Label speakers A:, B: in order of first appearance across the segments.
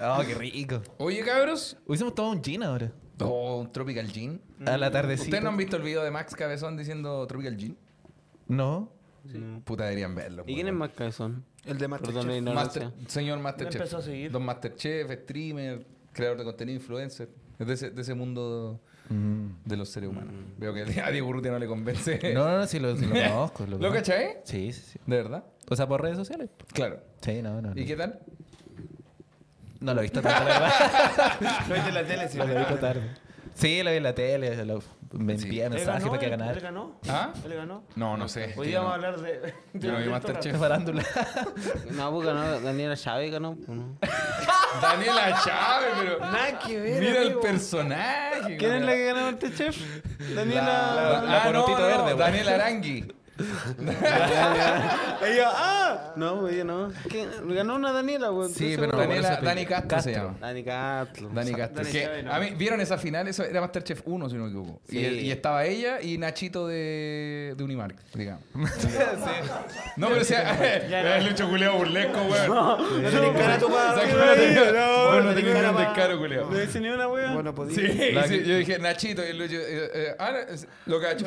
A: Oh, qué rico.
B: Oye, cabros.
A: Hubiésemos tomado un gin ahora.
B: Oh, un Tropical Gin.
A: A la tardecita.
B: ¿Ustedes no han visto el video de Max Cabezón diciendo Tropical Gin?
A: No.
B: Puta, deberían verlo.
C: ¿Y quién es más cabezón?
D: El de
C: Perdón la
D: Masterchef.
C: ignorancia.
B: Master- señor Masterchef.
D: Me empezó a seguir.
B: Don Masterchef, streamer, creador de contenido, influencer. Es de ese, de ese mundo de los seres humanos. Veo que a Diego Urrutia no le convence.
A: No, no, no, sí lo, lo conozco. Lo,
B: ¿Lo
A: conozco.
B: cachai?
A: Sí, sí, sí.
B: ¿De verdad?
A: O sea, por redes sociales.
B: Claro.
A: Sí, no, no. no.
B: ¿Y qué tal?
A: No lo he visto tanto, la verdad.
D: Lo viste en la tele, sí.
A: No lo he visto tarde. Sí, lo vi en la tele. Lo, me envía
D: Él
A: mensajes para que
D: él-
A: ganar.
D: Él ganó.
B: ¿Ah?
D: Él ganó.
B: No, no sé.
D: Hoy día vamos a hablar de. de
B: Yo no vi
D: Ernesto
B: Masterchef.
A: Qué farándula.
C: No, porque no, Daniela Chávez ganó. pues, no.
B: Daniela Chávez, pero.
D: Rato. Nada que ver.
B: Mira el
D: amigo.
B: personaje.
C: ¿Quién es
B: weón.
C: la que ganó este chef?
B: La, la,
C: Daniela.
A: la
B: ah, no,
A: porotito
B: no,
A: verde, weón.
B: Daniela Arangui.
C: Ella, ¡ah! No, ella no. ¿Quién? Ganó una Daniela, güey.
A: Sí,
C: Entonces,
A: pero-
C: güey.
A: por
B: Daniela,
A: eso te-
B: Dani Castro, se llama.
C: Dani Castro.
B: Dani Castro.
D: Dani
B: que
D: Chávez, no.
B: a mí, ¿Vieron esa final? Eso era Masterchef 1, si no me equivoco. Y,
C: Sí.
B: y estaba ella y Nachito de, de Unimark, digamos. No, pero o sea, era el lucho culeo burlesco, weón.
D: No tenés cara tú para.
B: O sea, que
D: arriba,
B: no tenía-
D: amigo,
B: bueno, no
D: tenés
B: tenía
D: cara
B: un
D: para-
B: descaro, culeo.
C: No dice ni una, güey.
D: Bueno, pues podía.
B: Sí, sí, yo dije Nachito y el Lucho. eh, eh, ah, no, es- lo cacho.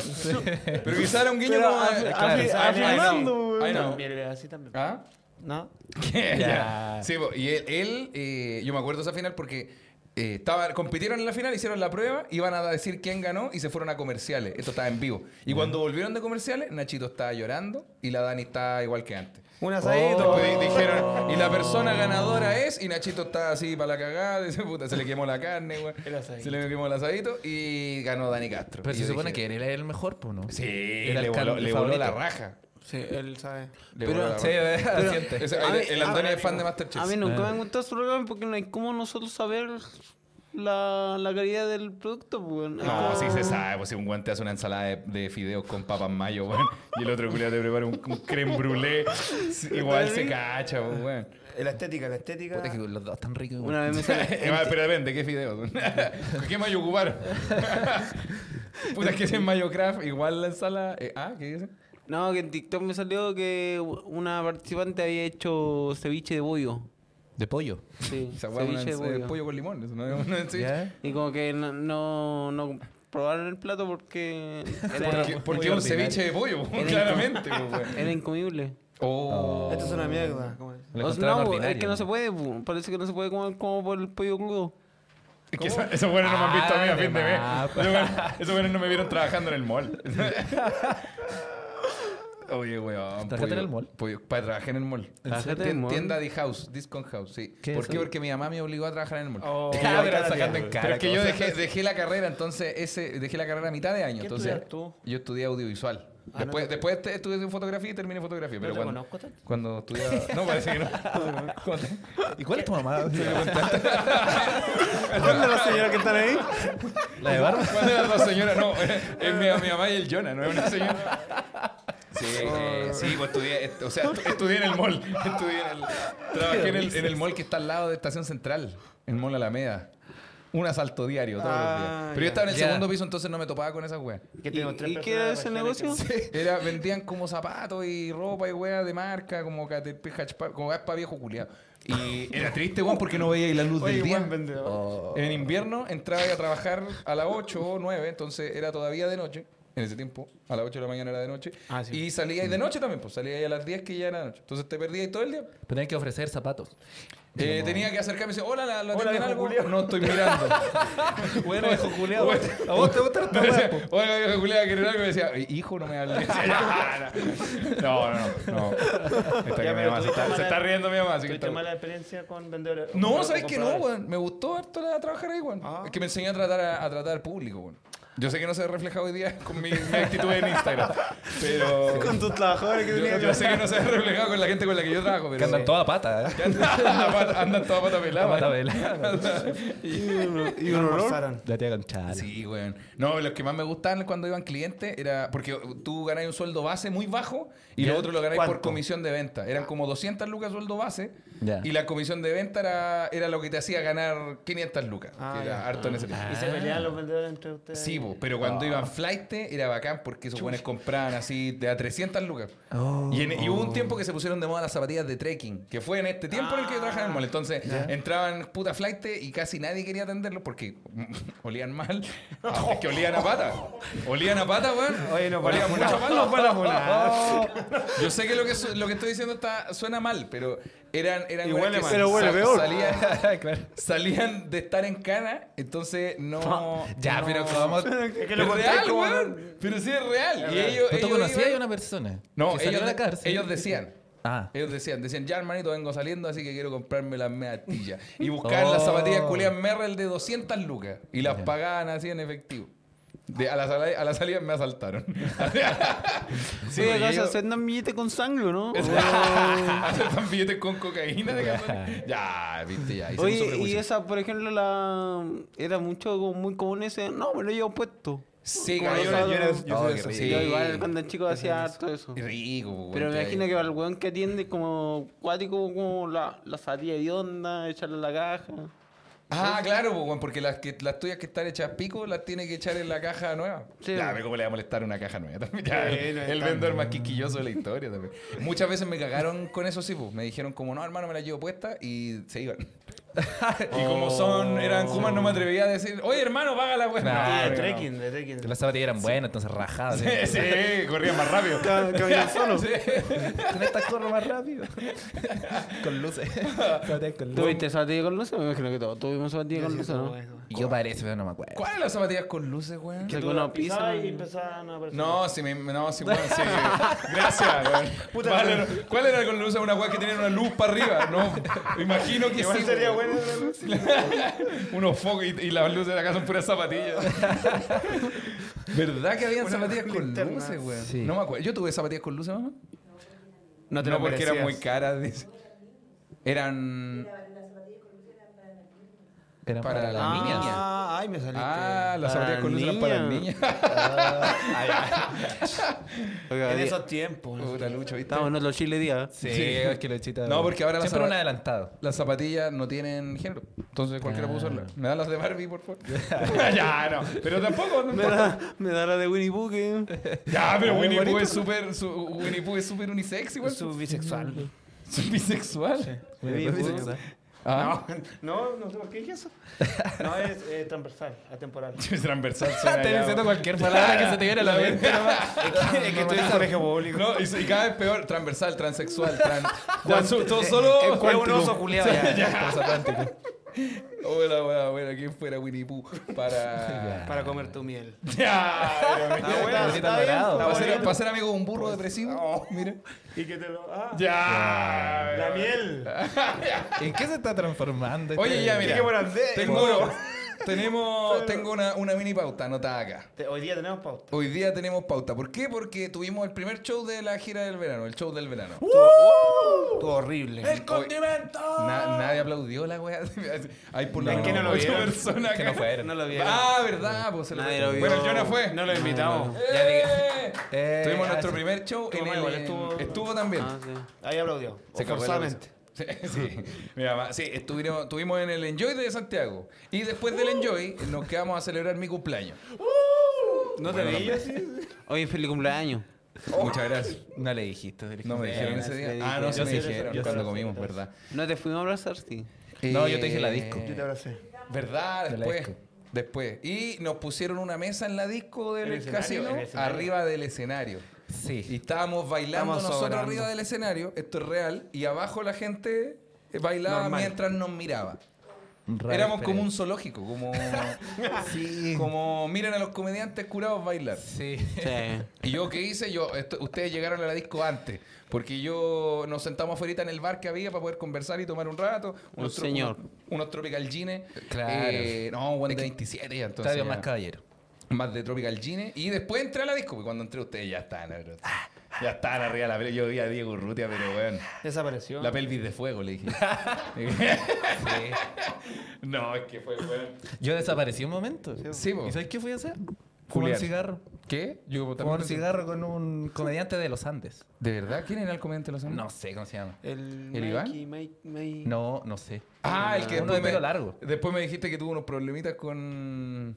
B: Pero quizá era un guiño
C: Pero
B: como.
C: af-
B: eh,
C: af-
B: I know,
C: afirmando,
B: I know.
D: Mira, mira, así también.
B: ¿Ah?
D: ¿No?
B: Ya.
A: Ya.
B: Sí, po, y él, él, eh, yo me acuerdo esa final porque eh, estaba- compitieron en la final, hicieron la prueba, iban a decir quién ganó y se fueron a comerciales. Esto estaba en vivo. Y cuando volvieron de comerciales, Nachito estaba llorando y la Dani estaba igual que antes.
A: Oh.
D: Un asadito.
B: Entonces, di- dijeron, y la persona ganadora es, y Nachito está así para la cagada, dice, puta, se le quemó la carne, güey.
D: El asadito.
B: Se le quemó el asadito y ganó Dani Castro.
A: Pero
B: Y
A: se
B: yo
A: supone
B: dije,
A: que él era el mejor, pues, ¿no?
B: Sí,
A: el
B: le, voló,
A: can-
B: le voló la
A: favorito.
B: raja.
D: Sí, él sabe.
B: Le
A: Pero-
B: voló la
A: sí,
B: raja.
A: eh, siente.
B: Ese-
C: A mí-
B: el Antonio es fan de Masterchef.
C: A mí nunca me han gustado estos programas porque no hay como nosotros saber la, la calidad del producto. Pues. Es
B: No,
C: como-
B: sí se sabe. Pues si un guante hace una ensalada de, de fideos con papas mayo, weón. Y el otro culiado te prepara un, un creme brûlée. sí, Igual se cacha, pues, weón.
D: Eh, La estética, la estética.
A: Puta, que los dos están ricos.
C: Una vez me
B: Eh,
C: salió.
B: va, Pero depende, ¿qué fideos? weón? ¿Qué mayo ocupar? Puta, es que si es mayo craft, igual la ensalada... eh, ah, ¿qué dice?
C: No, que en TikTok me salió que una participante había hecho ceviche de bollo.
A: De pollo.
C: Sí,
B: Esa weá es
C: ceviche de
B: una- eh,
C: bollo.
B: pollo con limón. Eso no es una ensalada.
A: ¿Ya?
C: Y como que no, no, no probaron el plato porque era,
B: Porque, porque
A: Muy
B: un
A: ordinario.
B: ceviche de pollo, weón,
C: Era
B: claramente, pues, weón.
C: era incomible.
B: Oh.
D: Esto es una mierda. ¿Cómo es?
A: Lo
C: O sea,
A: encontraron
C: Pues no,
A: ordinario.
C: es que no se puede, pu. parece que no se puede comer como por el pollo crudo.
B: Es que eso- esos buenos no me han visto a mí a
A: Ah,
B: fin de
A: de
B: mes.
A: más.
B: Esos buenos- Esos buenos no me vieron trabajando en el mall. Oye, weón.
A: ¿Trabajaste
B: pollo-
A: en el mall?
B: pollo- pa- trabajé en el mall.
C: ¿Trabajaste en el
B: Tien-
C: mall?
B: Tienda de house, discount house, sí.
A: ¿Qué
B: ¿Por
A: es
B: qué?
A: eso?
B: Porque mi mamá me obligó a trabajar en el mall.
D: Oh,
B: Y
D: ya,
B: yo-
D: cara,
B: sacando
D: tía.
B: en cara. Pero es que yo
A: cosas.
B: dejé, dejé la carrera, entonces ese, dejé la carrera a mitad de año.
D: ¿Qué
B: entonces,
D: estudias tú?
B: Yo estudié audiovisual. después después te- estudié fotografía y terminé fotografía. Pero
D: te
B: cuando,
D: conozco tanto.
B: cuando estudiaba. No, parece que no.
A: ¿Y cuál es tu mamá?
C: ¿Dónde los señores que están ahí?
A: ¿La de barba?
B: ¿Cuál de las dos señoras? No, es mi, mi mamá y el Jonah, no es una señora. Sí, eh, sí, pues estudié, est- o sea, estu- estudié en el mall. Estudié en el, trabajé en el, en el mall que está al lado de Estación Central, en Mall Alameda. Un asalto diario todos los días.
D: Ah,
B: Pero yo estaba en el
A: ya.
B: segundo piso, entonces no me topaba con esas weas.
D: Que
C: ¿Y,
D: tengo tres
C: y qué
D: personas
C: era ese
D: imaginarias que-
C: negocio?
B: Era, vendían como zapatos y ropa y weas de marca, como caterpillar, como gaspa viejo culiado. Y era triste, weón, porque no veía la luz
D: Oye,
B: del día. Oh.
D: buen vendedor.
B: En invierno entraba a trabajar a las 8 o 9, entonces era todavía de noche. En ese tiempo, a las 8 de la mañana era de noche.
D: Ah, sí.
B: Y salía y de noche también, pues salía ahí a las 10 que ya era de noche. Entonces te perdías ahí todo el día.
A: Pero hay que ofrecer zapatos.
B: Eh, Tenía que acercarme y decir, hola, ¿la, la
D: Hola,
B: atienden
D: viejo
B: algo?
D: culiao.
B: No estoy mirando.
A: Bueno, viejo culiao.
B: Bueno.
A: ¿A vos te gusta
B: Me decía, Hola, viejo culiao, ¿quieres algo? Y me decía, hijo, no me hables. no, no, no. Está que mi
D: pero
B: mamá se,
D: tuviste
B: está, se
D: mala-
B: está riendo mi mamá. así que
D: ¿Tuviste
B: está-
D: mala experiencia con vendedores?
B: No,
D: con
B: ¿sabes qué no,
D: compradores?
B: weón? Me gustó harto la- trabajar ahí, weón.
D: Ah.
B: Es que me enseñó a tratar a, a tratar público, weón. Yo sé que no se ha reflejado hoy día con mi, mi actitud en Instagram, pero...
D: Con tus trabajadores que
B: Yo,
D: tenías.
B: yo sé que no se ha reflejado con la gente con la que yo trabajo, pero...
A: Que andan toda pata, ¿eh?
B: Que andan- andan toda pata pelada.
A: Pata
B: weón.
A: pelada.
D: Y un olor.
A: La tía con chale.
B: Sí, weón. No, los que más me gustaban cuando iban clientes era... Porque tú ganás un sueldo base muy bajo y lo otro lo ganáis por
D: ¿Cuánto?
B: comisión de venta. Eran como 200 lucas sueldo base
A: Ya.
B: Y la comisión de venta era, era lo que te hacía ganar 500 lucas.
D: Ah,
B: que
D: ya.
B: era harto en ese
D: Y se peleaban los vendedores entre ustedes.
B: Sí, po, pero cuando iban flight era bacán porque esos buenos compraban así de a 300 lucas. Y, en- y hubo un tiempo que se pusieron de moda las zapatillas de trekking, que fue en este tiempo en el que yo trabajaba en el mall. Entonces entraban puta flight y casi nadie quería atenderlos porque olían mal. Ah, es que olían a pata. Olían a pata, weón.
D: Oye, no
B: olían
D: van
B: mucho
D: a
B: a
D: funar,
B: pata.
D: no van a funar.
B: Yo sé que lo que, su- lo que estoy diciendo está, suena mal, pero eran... eran
D: Y
B: weones
D: huele
B: que
D: mal.
B: sa-
D: Pero huele peor.
B: Salían,
A: Claro.
B: salían de estar en cana, entonces no...
A: Ya,
B: no-
A: pero ¿cómo?
D: Es que
B: es
D: lo conté
B: real,
D: como-
B: weón. Pero sí es real. y
D: real.
B: ellos,
A: ¿Pero tú
B: ellos
A: conocías
B: iban-
A: a una persona?
B: No,
A: que salió
B: ellos,
A: de la cárcel.
B: ellos decían.
A: Ah.
B: Ellos decían, decían, ya hermanito, vengo saliendo, así que quiero comprarme las mediatillas. Y buscaban las zapatillas
A: Oh.
B: culiadas Merrell de 200 lucas. Y las
A: Ya.
B: pagaban así en efectivo. De- a, la sala- a la salida me asaltaron. sí,
C: Oye, acá se
B: ellos-
C: aceptan billetes con sangre, ¿no?
A: Oh.
B: Aceptan billetes con cocaína de gasolina. Ya, viste, ya. hicieron su
C: Oh. Oye, y
B: prejuicio.
C: esa, por ejemplo, la era mucho como muy común ese, no, me lo llevo puesto.
B: Sí,
C: como
B: cabrón,
C: los
B: yo era-
C: adultos.
B: yo soy
A: Oh,
B: de
A: qué
B: esos,
A: rico.
B: sí.
C: Yo igual cuando el chico hacía todo eso.
B: Rico, weón,
C: Pero me
B: te-
C: imagino que para el weón que atiende como cuático, como la, la salida de onda, echarle la caja.
B: Ah, claro, pues, weón, porque las, que, las tuyas que están hechas pico las tiene que echar en la caja nueva.
C: Sí.
B: Ya, pero ¿cómo le va a molestar una caja nueva también? Ya,
D: Sí,
B: el
D: no es
B: el
D: tanto.
B: vendedor más quisquilloso de la historia también. Muchas veces me cagaron con eso, sí, pues. Me dijeron como, no, hermano, me la llevo puesta y se iban. y como son, eran
A: Oh.
B: Kumas, no me atrevía a decir, oye, hermano, págala, weón.
A: Nah,
D: Ah,
B: No,
D: de
B: no.
D: trekking, de trekking.
A: Las zapatillas eran buenas, entonces rajadas.
B: Sí, sí, corría más rápido.
D: Cam- Caminan solo.
B: Sí.
A: Con esta corro más rápido. con luces. Zapatillas con luces.
C: ¿Tuviste zapatilla con luces? Me imagino que todos tuvimos zapatilla con luces, ¿no?
A: Yo parece, pero no me acuerdo.
B: ¿Cuáles las zapatillas con luces, weón?
C: Que
D: Tú
C: con
D: la
C: una
D: pisabas
C: pizza.
D: y empezaban a aparecer.
B: No, si me. No, si bueno, sí. Gracias, weón.
D: Puta
B: Vale,
D: madre.
B: no. ¿Cuál era con luz? Una weá que tenía una luz para arriba, ¿no? Imagino que
D: Igual
B: sí,
D: sería
B: weón.
D: bueno. ¿no? Sí.
B: Unos focos y, y las luces de la casa son puras zapatillas. ¿Verdad que habían
D: Una
B: zapatillas con
D: linterna.
B: luces, weón?
A: Sí.
B: No me acuerdo. ¿Yo tuve zapatillas con luces, mamá?
D: No te
B: no
D: las
B: porque eran
D: merecías.
B: muy caras, dice. Eran
A: Eran
B: para la
D: Ah,
B: niña.
D: ay, me saliste.
B: Ah, las
C: Para
B: zapatillas con luces eran
C: niña.
B: para las niñas.
C: Oiga,
D: en
C: di-
D: esos tiempos. ¿no?
B: Puta lucha, ¿viste?
C: Estamos en otro chile día.
A: Sí,
B: Sí.
A: es que lo chita.
B: No, porque ahora la
A: Siempre
B: zapa-
A: un adelantado.
B: Las zapatillas no tienen género. Entonces cualquiera puede
A: Claro.
B: usarlas. ¿Me dan las de Barbie, por favor? Ah. ya, no. Pero tampoco. No
C: Me
B: importa.
C: da, me da la de Winnie Pooh. que-
B: Ya, pero
A: Ah,
B: Winnie
A: bonito.
B: Pooh es súper su- Winnie Pooh es súper unisex igual.
D: Su bisexual.
B: ¿Es bisexual?
C: Winnie Pooh.
B: Ah.
D: No, no sé por qué dije eso. No, es eh, transversal, atemporal.
B: Es transversal. suena
A: Te
B: ya,
A: diciendo
B: weón.
A: cualquier palabra que se te viera a la mente.
D: es que estoy en colegio público.
B: No, y, y cada vez peor, transversal, transexual, trans... Ya, su- todo solo...
D: Es un oso culiado ya.
B: Hola, hola, hola, ¿quién fuera Winnie Pooh para...
D: Para comer tu miel.
B: Ya, pero-
D: Ah, bueno,
A: Está
D: está bien,
A: dorado.
D: está
B: Para ser,
D: bueno.
B: para ser amigo de un burro depresivo, mira.
D: Y que te lo. Ah,
B: Ya.
D: la miel.
A: ¿En qué se está transformando? este
B: Oye, ya, mira.
D: Qué buen andén.
B: Tengo, tenemos, tengo una, una mini pauta anotada acá.
D: Te- Hoy día tenemos pauta.
B: Hoy día tenemos pauta. ¿Por qué? Porque tuvimos el primer show de la gira del verano, el show del verano.
D: Estuvo horrible.
B: Hoy- Na- nadie aplaudió la wea. Hay por lo
D: Es que no
B: menos
D: lo
B: ocho
D: vieron.
B: personas
A: Que no
B: acá.
A: fueron.
D: No lo vieron.
B: Ah, verdad. Pues, se
C: Nadie
B: perdí.
C: lo vio.
B: Bueno, yo no fue.
D: No lo invitamos.
A: Ya dije.
B: ¡Eh!
A: Eh,
B: Tuvimos
A: ah,
B: nuestro
A: sí.
B: primer show
D: Estuvo
B: en
D: mal,
B: el-
D: igual, estuvo-
B: estuvo también.
C: Ah, sí.
D: Ahí aplaudió.
B: Se cagó la risa.
D: forzadamente.
B: Sí, sí. Mira, ma- sí, estuvieron, estuvimos en el Enjoy de Santiago. Y después
D: ¡Uh!
B: del Enjoy nos quedamos a celebrar mi cumpleaños.
D: No te
B: Bueno,
D: veía así.
C: Oye, feliz cumpleaños.
D: Oh.
B: Muchas gracias.
A: No le dijiste. le
B: No me
A: dijiste.
B: dijeron ese
C: sí,
B: día. Ah, no,
C: yo
B: se me
D: sí, yo
B: dijeron
D: sí, yo
B: cuando
D: sí,
B: comimos,
D: sí.
B: ¿verdad? Eh,
C: No te fuimos a abrazar, sí.
A: No, yo te dije la disco.
D: Yo te abracé.
B: ¿Verdad?
A: De la
B: Después.
A: disco.
B: Después. Y nos pusieron una mesa en la disco
D: El
B: del
D: escenario,
B: casino,
D: el escenario.
B: arriba del escenario. Y
A: Sí.
B: estábamos bailando
D: Estamos
B: nosotros
D: sobrando.
B: arriba del escenario, esto es real, y abajo la gente bailaba
D: Normal.
B: mientras nos miraba.
A: Rara
B: Éramos como un
A: experiencia.
B: zoológico, como,
A: Sí.
B: como miren a los comediantes curados bailar.
A: Sí.
C: Sí.
B: ¿Y yo qué hice? Yo, esto- ustedes llegaron a la disco antes, porque yo nos sentamos afuera en el bar que había para poder conversar y tomar un rato.
C: Un
B: tro-
C: señor.
B: unos Tropical Gine. Eh,
A: Claro.
B: no, un buen de 27 ya entonces.
A: Octavio
B: ya.
A: más caballero.
B: Más de Tropical Gine. Y después entré a la disco, porque cuando entré ustedes ya estaban, bro. Ya estaban arriba de la pelea. Yo vi a Diego Urrutia, pero bueno.
D: Desapareció.
B: La pelvis de fuego, le dije. no, es que fue bueno.
A: Yo desaparecí un momento.
B: Sí, po.
A: ¿Y sabes qué fui a hacer? Fumé
B: Julián.
A: un cigarro.
B: ¿Qué? Yo como
A: Fumar un
B: pensé-
A: cigarro con un comediante de los Andes.
B: ¿De verdad? ¿Quién era el comediante de los Andes?
A: No sé cómo se llama.
C: El,
B: ¿El
C: Mikey, Mike, Mike-
A: No, no sé.
B: Ah, el que
A: Uno
B: después
A: de pelo
B: me,
A: largo.
B: Después me dijiste que tuvo unos problemitas con.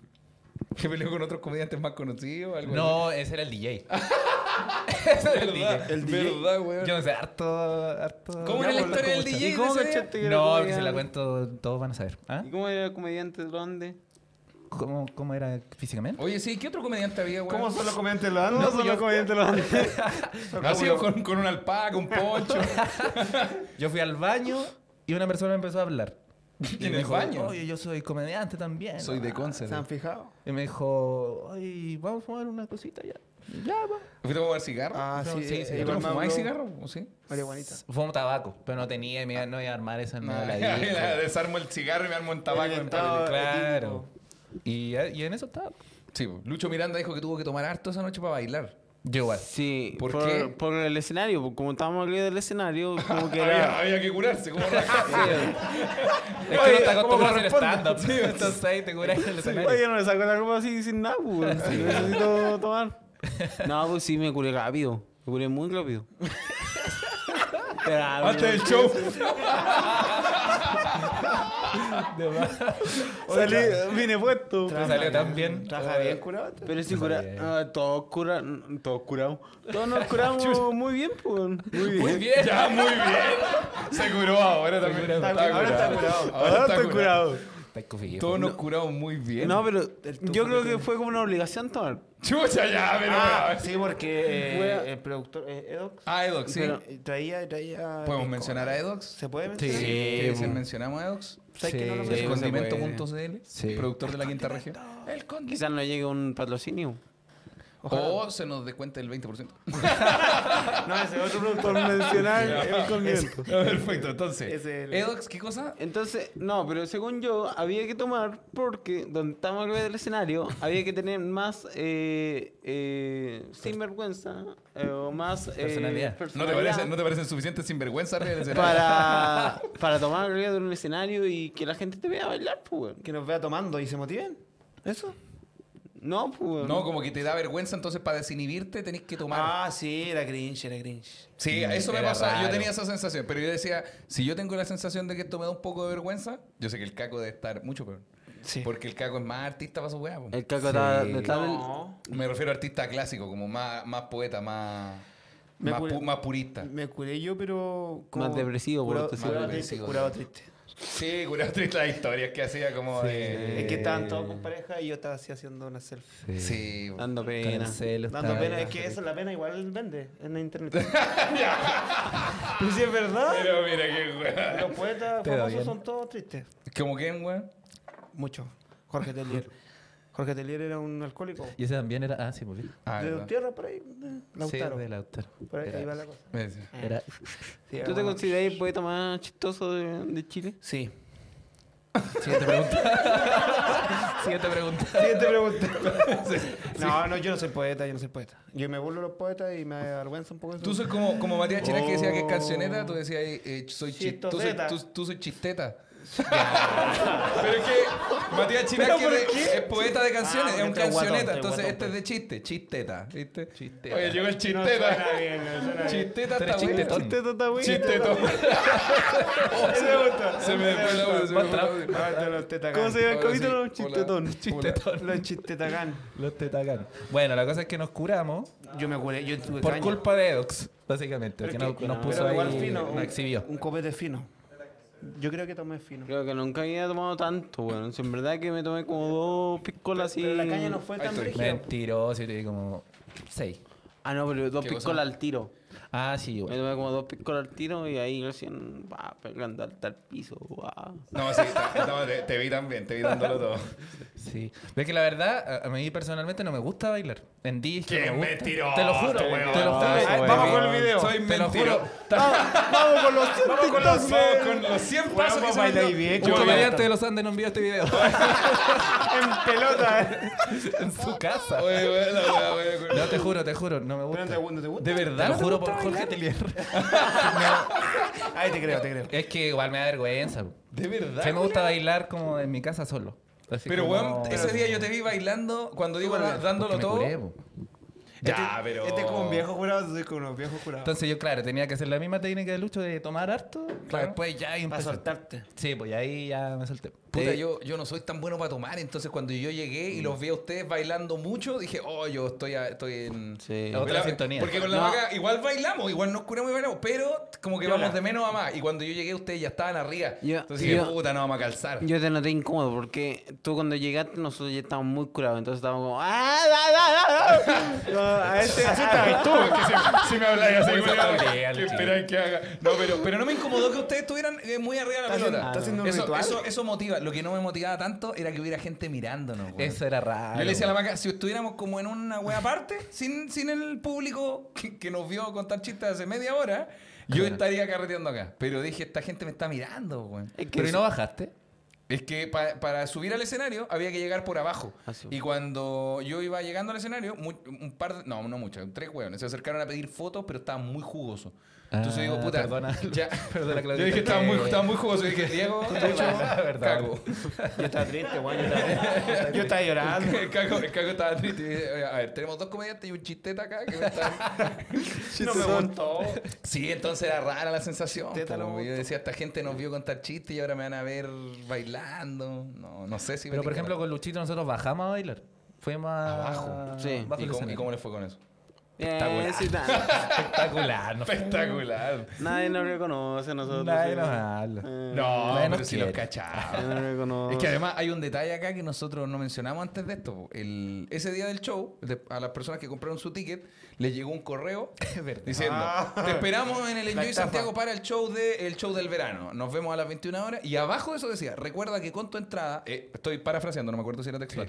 B: que peleó con otros comediantes más conocidos. Algo
A: No, ese era el DJ.
B: así. ¿verdad?
D: ¿El DJ?
B: ¿Verdad, weón?
A: Yo no sé, harto, harto.
B: ¿Cómo era la historia del DJ?
C: ¿Y cómo
B: de ese día?
C: cachaste que era
A: No, que se la
C: comediante?
A: cuento, todos van a saber. ¿Ah?
C: ¿Y cómo era comediante de los Andes?
A: ¿Cómo, cómo era físicamente?
B: Oye, sí, ¿qué otro comediante había, weón?
D: ¿Cómo son los comediantes de los Andes?
A: No,
D: No, son
A: yo-
D: los comediantes de los Andes. Son
B: Ha sido
D: como
B: con, con un alpaca, un poncho.
A: Yo fui al baño y una persona me empezó a hablar. Y
B: en
A: me
B: el
A: dijo,
B: baño.
A: Oye, yo soy comediante también.
B: Soy de Conce.
D: los- ¿Se han fijado?
A: Y me dijo, oye, vamos a fumar una cosita ya. Ya, va.
B: ¿Fuiste a fumar cigarro?
D: Ah,
A: No,
D: sí,
A: sí,
D: eh,
A: sí.
B: ¿Tú
D: Iván
B: no fumabas
D: Mauro,
B: cigarro? ¿O sí?
D: Marihuanita.
A: Fumo tabaco, pero no tenía, y me iba- no iba a armar esa en
B: No,
A: medio de la
B: ya,
A: vida.
B: desarmo el cigarro y me armo un tabaco.
D: Oye,
B: en
D: estaba-
A: eh.
B: París.
A: Claro. Y, y en eso estaba.
B: Sí, po. Lucho Miranda dijo que tuvo que tomar harto esa noche para bailar.
A: Yo igual.
C: Sí,
B: ¿Por
C: ¿Por,
B: qué?
C: por el escenario, porque como estábamos arriba del escenario, como que
B: Había,
C: era...
B: había que curarse, como raja.
A: Es que no te acostumbras al stand-up. Entonces ahí te curas en el escenario.
C: Oye, no le saco la copa así sin nada, pues. Si necesito tomar. No, pues sí, me curé rápido. Me curé muy rápido. Pero, ah,
B: Antes del show.
D: Salí, vine puesto.
A: Me salió tan bien.
D: Trabaja bien curado. este.
C: pero sí cura, ah, todos cura, todos curamos. Todos nos curamos muy bien, pues. Muy bien.
A: Muy bien.
B: Ya, muy bien. Se curó ahora también.
A: curó.
B: Está
D: Ahora está curado.
B: Ahora está curado.
D: estoy curado.
A: Está confiado.
B: Todos nos curamos muy bien.
C: No, pero yo creo que fue como una obligación tomar.
B: Chucha, ya, pero.
D: Ah,
B: weón.
D: sí, porque eh,
C: Wea.
D: el productor, eh, Edox,
B: Ah, Edox, sí.
C: Pero-
D: eh, traía, traía...
B: ¿Podemos
D: pisco.
B: mencionar a Edox?
D: ¿Se puede
A: Sí.
D: mencionar?
B: ¿Quieres decir
A: po.
B: mencionamos a Edox?
D: ¿Sabes que no lo
A: Sí,
D: mencioné?
A: se
B: Condimento.cl,
A: Sí.
B: productor de la quinta región. El Condimento.
C: Quizás no llegue un patrocinio.
B: O se nos descuenta el 20%.
D: No, ese otro productor mencionar el condimento.
B: Perfecto, entonces.
D: Es el-
B: Edox, ¿qué cosa?
C: Entonces, no, pero según yo, había que tomar porque donde estábamos arriba del escenario, había que tener más eh, eh, sinvergüenza eh, o más eh,
A: Personalidad.
B: ¿No te,
C: personalidad
B: parece, ¿No te parecen suficientes sinvergüenzas arriba del escenario?
C: para, para tomar arriba de un escenario y que la gente te vea bailar, pues, weón.
D: Que nos vea tomando y se motiven. ¿Eso?
C: No, pues, weón.
B: No, como que te da vergüenza, entonces para desinhibirte tenés que tomar.
D: Ah, sí, era cringe, era cringe.
B: sí,
A: Mm,
B: eso me
A: era
B: pasa. Yo
A: raro.
B: tenía esa sensación, pero yo decía, si yo tengo la sensación de que esto me da un poco de vergüenza, yo sé que el caco debe estar mucho peor.
D: Sí.
B: Porque el caco es más artista para su weá. po.
C: El caco está,
A: Sí.
C: está del-
D: No.
B: Me refiero a artista clásico, como más, más poeta, más,
D: Me
B: más,
D: acuerdo-
B: pu- más purista.
D: Me curé yo, pero...
C: Más depresivo, por
D: curado,
C: otro
D: curado
B: lado.
D: triste,
B: Depresivo,
D: curado
B: sí.
D: triste.
B: Sí, curado triste las historias que hacía como de...
D: Es que estaban todos con pareja y yo estaba así haciendo una selfie.
B: Sí, po.
C: dando pena.
D: Dando pena, es que esa es la pena, igual vende en la internet. Pero si es verdad,
B: Pero mira qué weá.
D: los poetas
A: Te da
D: famosos
A: bien.
D: son todos tristes.
B: ¿Cómo que, weón?
D: Mucho. Jorge Telier. Jorge Telier era un alcohólico.
A: Y ese también era. Ah, sí, muy bien.
B: Ah,
D: de
B: verdad.
D: tierra por ahí. de Lautaro.
A: Sí, de Lautaro.
D: Por ahí, ahí
A: Era-
D: va la cosa.
B: Ese.
A: era-
D: Sí,
C: ¿Tú te
D: bueno.
C: consideras el poeta más chistoso de, de Chile?
D: Sí.
A: Siguiente pregunta. Siguiente pregunta.
D: Siguiente pregunta. No, no, yo no soy poeta, yo no soy poeta. Yo me burlo de los poetas y me avergüenza un poco eso.
B: Tú soy como, como Matías Chinas que decía que es
D: Oh.
B: cancioneta, tú decías, eh, eh, soy chi- tú, soy,
D: Chistoseta.
B: tú, tú soy chisteta. pero es que Matías Chinas
D: ¿Pero
B: que
D: por
B: es-
D: qué?
B: es poeta de canciones,
D: Ah,
B: es un
D: porque estoy
B: cancioneta,
D: guatón,
B: entonces
D: estoy guatón,
B: este es
D: pues.
B: de chiste, chisteta, ¿viste?
A: Chisteta.
B: Oye, llegó el
D: No
B: chisteta.
D: suena bien, no suena bien.
B: chisteta
A: Tú eres
B: está bueno.
A: chistetón.
D: Chisteta está bueno.
B: Chistetón.
D: Ese me gusta.
B: Se me fue la voz, se me fue la voz.
D: Ah, de los tetacán.
C: ¿Cómo se llama el
B: Ahora sí,
C: capítulo?
B: hola.
C: Chistetón.
B: Hola.
D: Los chistetacán.
A: Los tetacan. Bueno, la cosa es que nos curamos
D: Yo me curé, yo tuve
A: por
D: caña.
A: culpa de Edox, básicamente.
D: Pues Pero
A: Que
D: es
A: nos,
D: que-
A: nos puso
D: pero
A: ahí.
D: igual fino, un-
A: Nos exhibió.
D: Un copete fino. Yo creo que tomé fino.
C: Creo que nunca había tomado tanto, weón. Si en verdad que me tomé como dos piscolas así.
D: Pero la caña no fue
B: Ahí
D: tan
B: estoy.
D: rígida.
A: Mentiroso, yo te di como. Seis.
C: Ah, no, pero dos
B: ¿Qué cosa?
C: piscolas al tiro.
A: Ah, sí,
C: Me
D: Pues.
A: bueno.
C: tomé como dos piscolas al tiro y ahí recién, va, pegando al tal piso, va.
D: Pues.
B: No, sí, ta- no, te, te vi también, te vi dándolo todo.
A: Sí. Ves que la verdad, a, a mí personalmente no me gusta bailar. En disco.
B: Qué
A: no me gusta.
B: mentiroso, este
A: Te lo juro,
B: weón.
A: te lo juro.
B: Ay,
A: Ay,
B: weón.
A: vamos con el
D: video.
B: Soy
A: Te lo
B: mentiroso.
A: juro.
B: Ah,
D: Vamos con los
B: Vamos con los, vamos con los 100 pasos que
D: vamos
B: se
D: a bailar
B: mandó.
D: bien,
A: Un
D: Yo-
A: comediante de los Andes no envió este video.
D: en pelota.
A: en su casa.
B: Oye, weón, la weá, weón, weón.
A: No, te juro, te juro, no me gusta.
D: Pero no te gusta, ¿te gusta?
A: De verdad, te lo
B: ¿No te
A: juro por
B: gusta
A: Jorge
B: bailar?
A: Telier.
D: Ahí te creo, te creo.
A: es que igual me da vergüenza.
B: De verdad.
A: Sí me gusta bailar como en mi casa solo. Así
B: Pero,
A: como-
B: weón, ese día yo te vi bailando cuando digo da-
D: Súbale.
B: dándolo
A: porque me
B: todo.
A: curé, po.
B: Ya, pero.
D: Este es como un viejo jurado, soy como unos viejos jurados.
A: Entonces yo, claro, tenía que hacer la misma técnica de Lucho de tomar harto. Para
B: Claro.
A: después ya
D: Para
A: empezar.
D: soltarte.
A: Sí, pues y ahí ya me solté.
B: Puta,
A: Eh,
B: yo, yo no soy tan bueno para tomar, entonces cuando yo llegué y los vi a ustedes bailando mucho, dije, oh, yo estoy, a- estoy en...
C: Sí.
A: Otra
B: La-
A: sintonía.
B: Porque con la
C: No.
B: vaca igual bailamos, igual nos curamos y bailamos, pero como que
D: Piola.
B: vamos de menos a más. Y cuando yo llegué ustedes ya estaban arriba.
C: Yo-
B: entonces dije,
C: yo-
B: puta, no vamos a calzar.
C: Yo te noté incómodo porque tú cuando llegaste nosotros ya estábamos muy curados, entonces estábamos como... "Ah, ah, ah, ah". No, a este...
D: Ay, tú,
B: si me habláis
A: así, weón, ¿qué esperáis
B: que haga? No, pero, pero no me incomodó que ustedes estuvieran eh, muy arriba de la
D: ¿Estás haciendo-
B: pelota.
D: estás haciendo un
B: eso,
D: ritual?
B: Eso, eso motiva. Lo que no me motivaba tanto era que hubiera gente mirándonos, weón.
A: Eso era raro.
B: Yo le decía a la maca, si estuviéramos como en una wea aparte, sin, sin el público que, que nos vio contar chistes hace media hora, yo estaría carreteando acá. Pero dije, esta gente me está mirando, weón.
C: Es que
A: Pero ¿y no bajaste?
B: Es que pa- para subir al escenario había que llegar por abajo.
C: Ah, sí.
B: Y cuando yo iba llegando al escenario, mu- un par de, no, no muchas, tres hueones se acercaron a pedir fotos, pero estaban muy jugosos. Entonces
A: Ah,
B: digo, puta,
A: perdona.
B: ya.
A: Perdona, Claudita,
B: Yo dije, estaban muy,
A: que-
B: estaban muy jugosos. Y dije, Diego,
A: Verdad.
B: cago.
D: Yo estaba triste, weón. Yo estaba, yo estaba llorando.
B: El cago, el cago estaba triste. Y dije, "Oye, A ver, tenemos dos comediantes y un chisteta acá que me están...
D: No me gustó.
B: Sí, entonces era rara la sensación.
D: Chisteta
B: po.
D: no me
B: yo decía, esta gente nos vio contar chistes y ahora me van a ver bailando. No, no sé si... me
A: Pero por
B: tinca.
A: ejemplo, con Luchito nosotros bajamos a bailar. Fuimos a-
B: Abajo.
C: Sí.
A: bajo
B: ¿Y
A: el
B: cómo,
A: escenario.
B: y cómo le fue con eso?
C: Bien, Eh, sí, na-
A: Espectacular. ¿no?
B: Espectacular.
C: Nadie nos reconoce a nosotros.
A: Nadie
C: sí.
A: nos habla.
C: Eh,
B: No,
A: Nadie nos
B: pero si los
A: quiere.
B: cachaba.
C: nadie nos reconoce.
B: Es que además hay un detalle acá que nosotros no mencionamos antes de esto. po. El, ese día del show, de- a las personas que compraron su ticket, les llegó un correo diciendo:
D: Ah.
B: Te esperamos en el Enjoy
D: estafa.
B: Santiago para el show, de, el show del verano. Nos vemos a las 21 horas. Y abajo de eso decía: Recuerda que con tu entrada, eh, estoy parafraseando, no me acuerdo si era textual.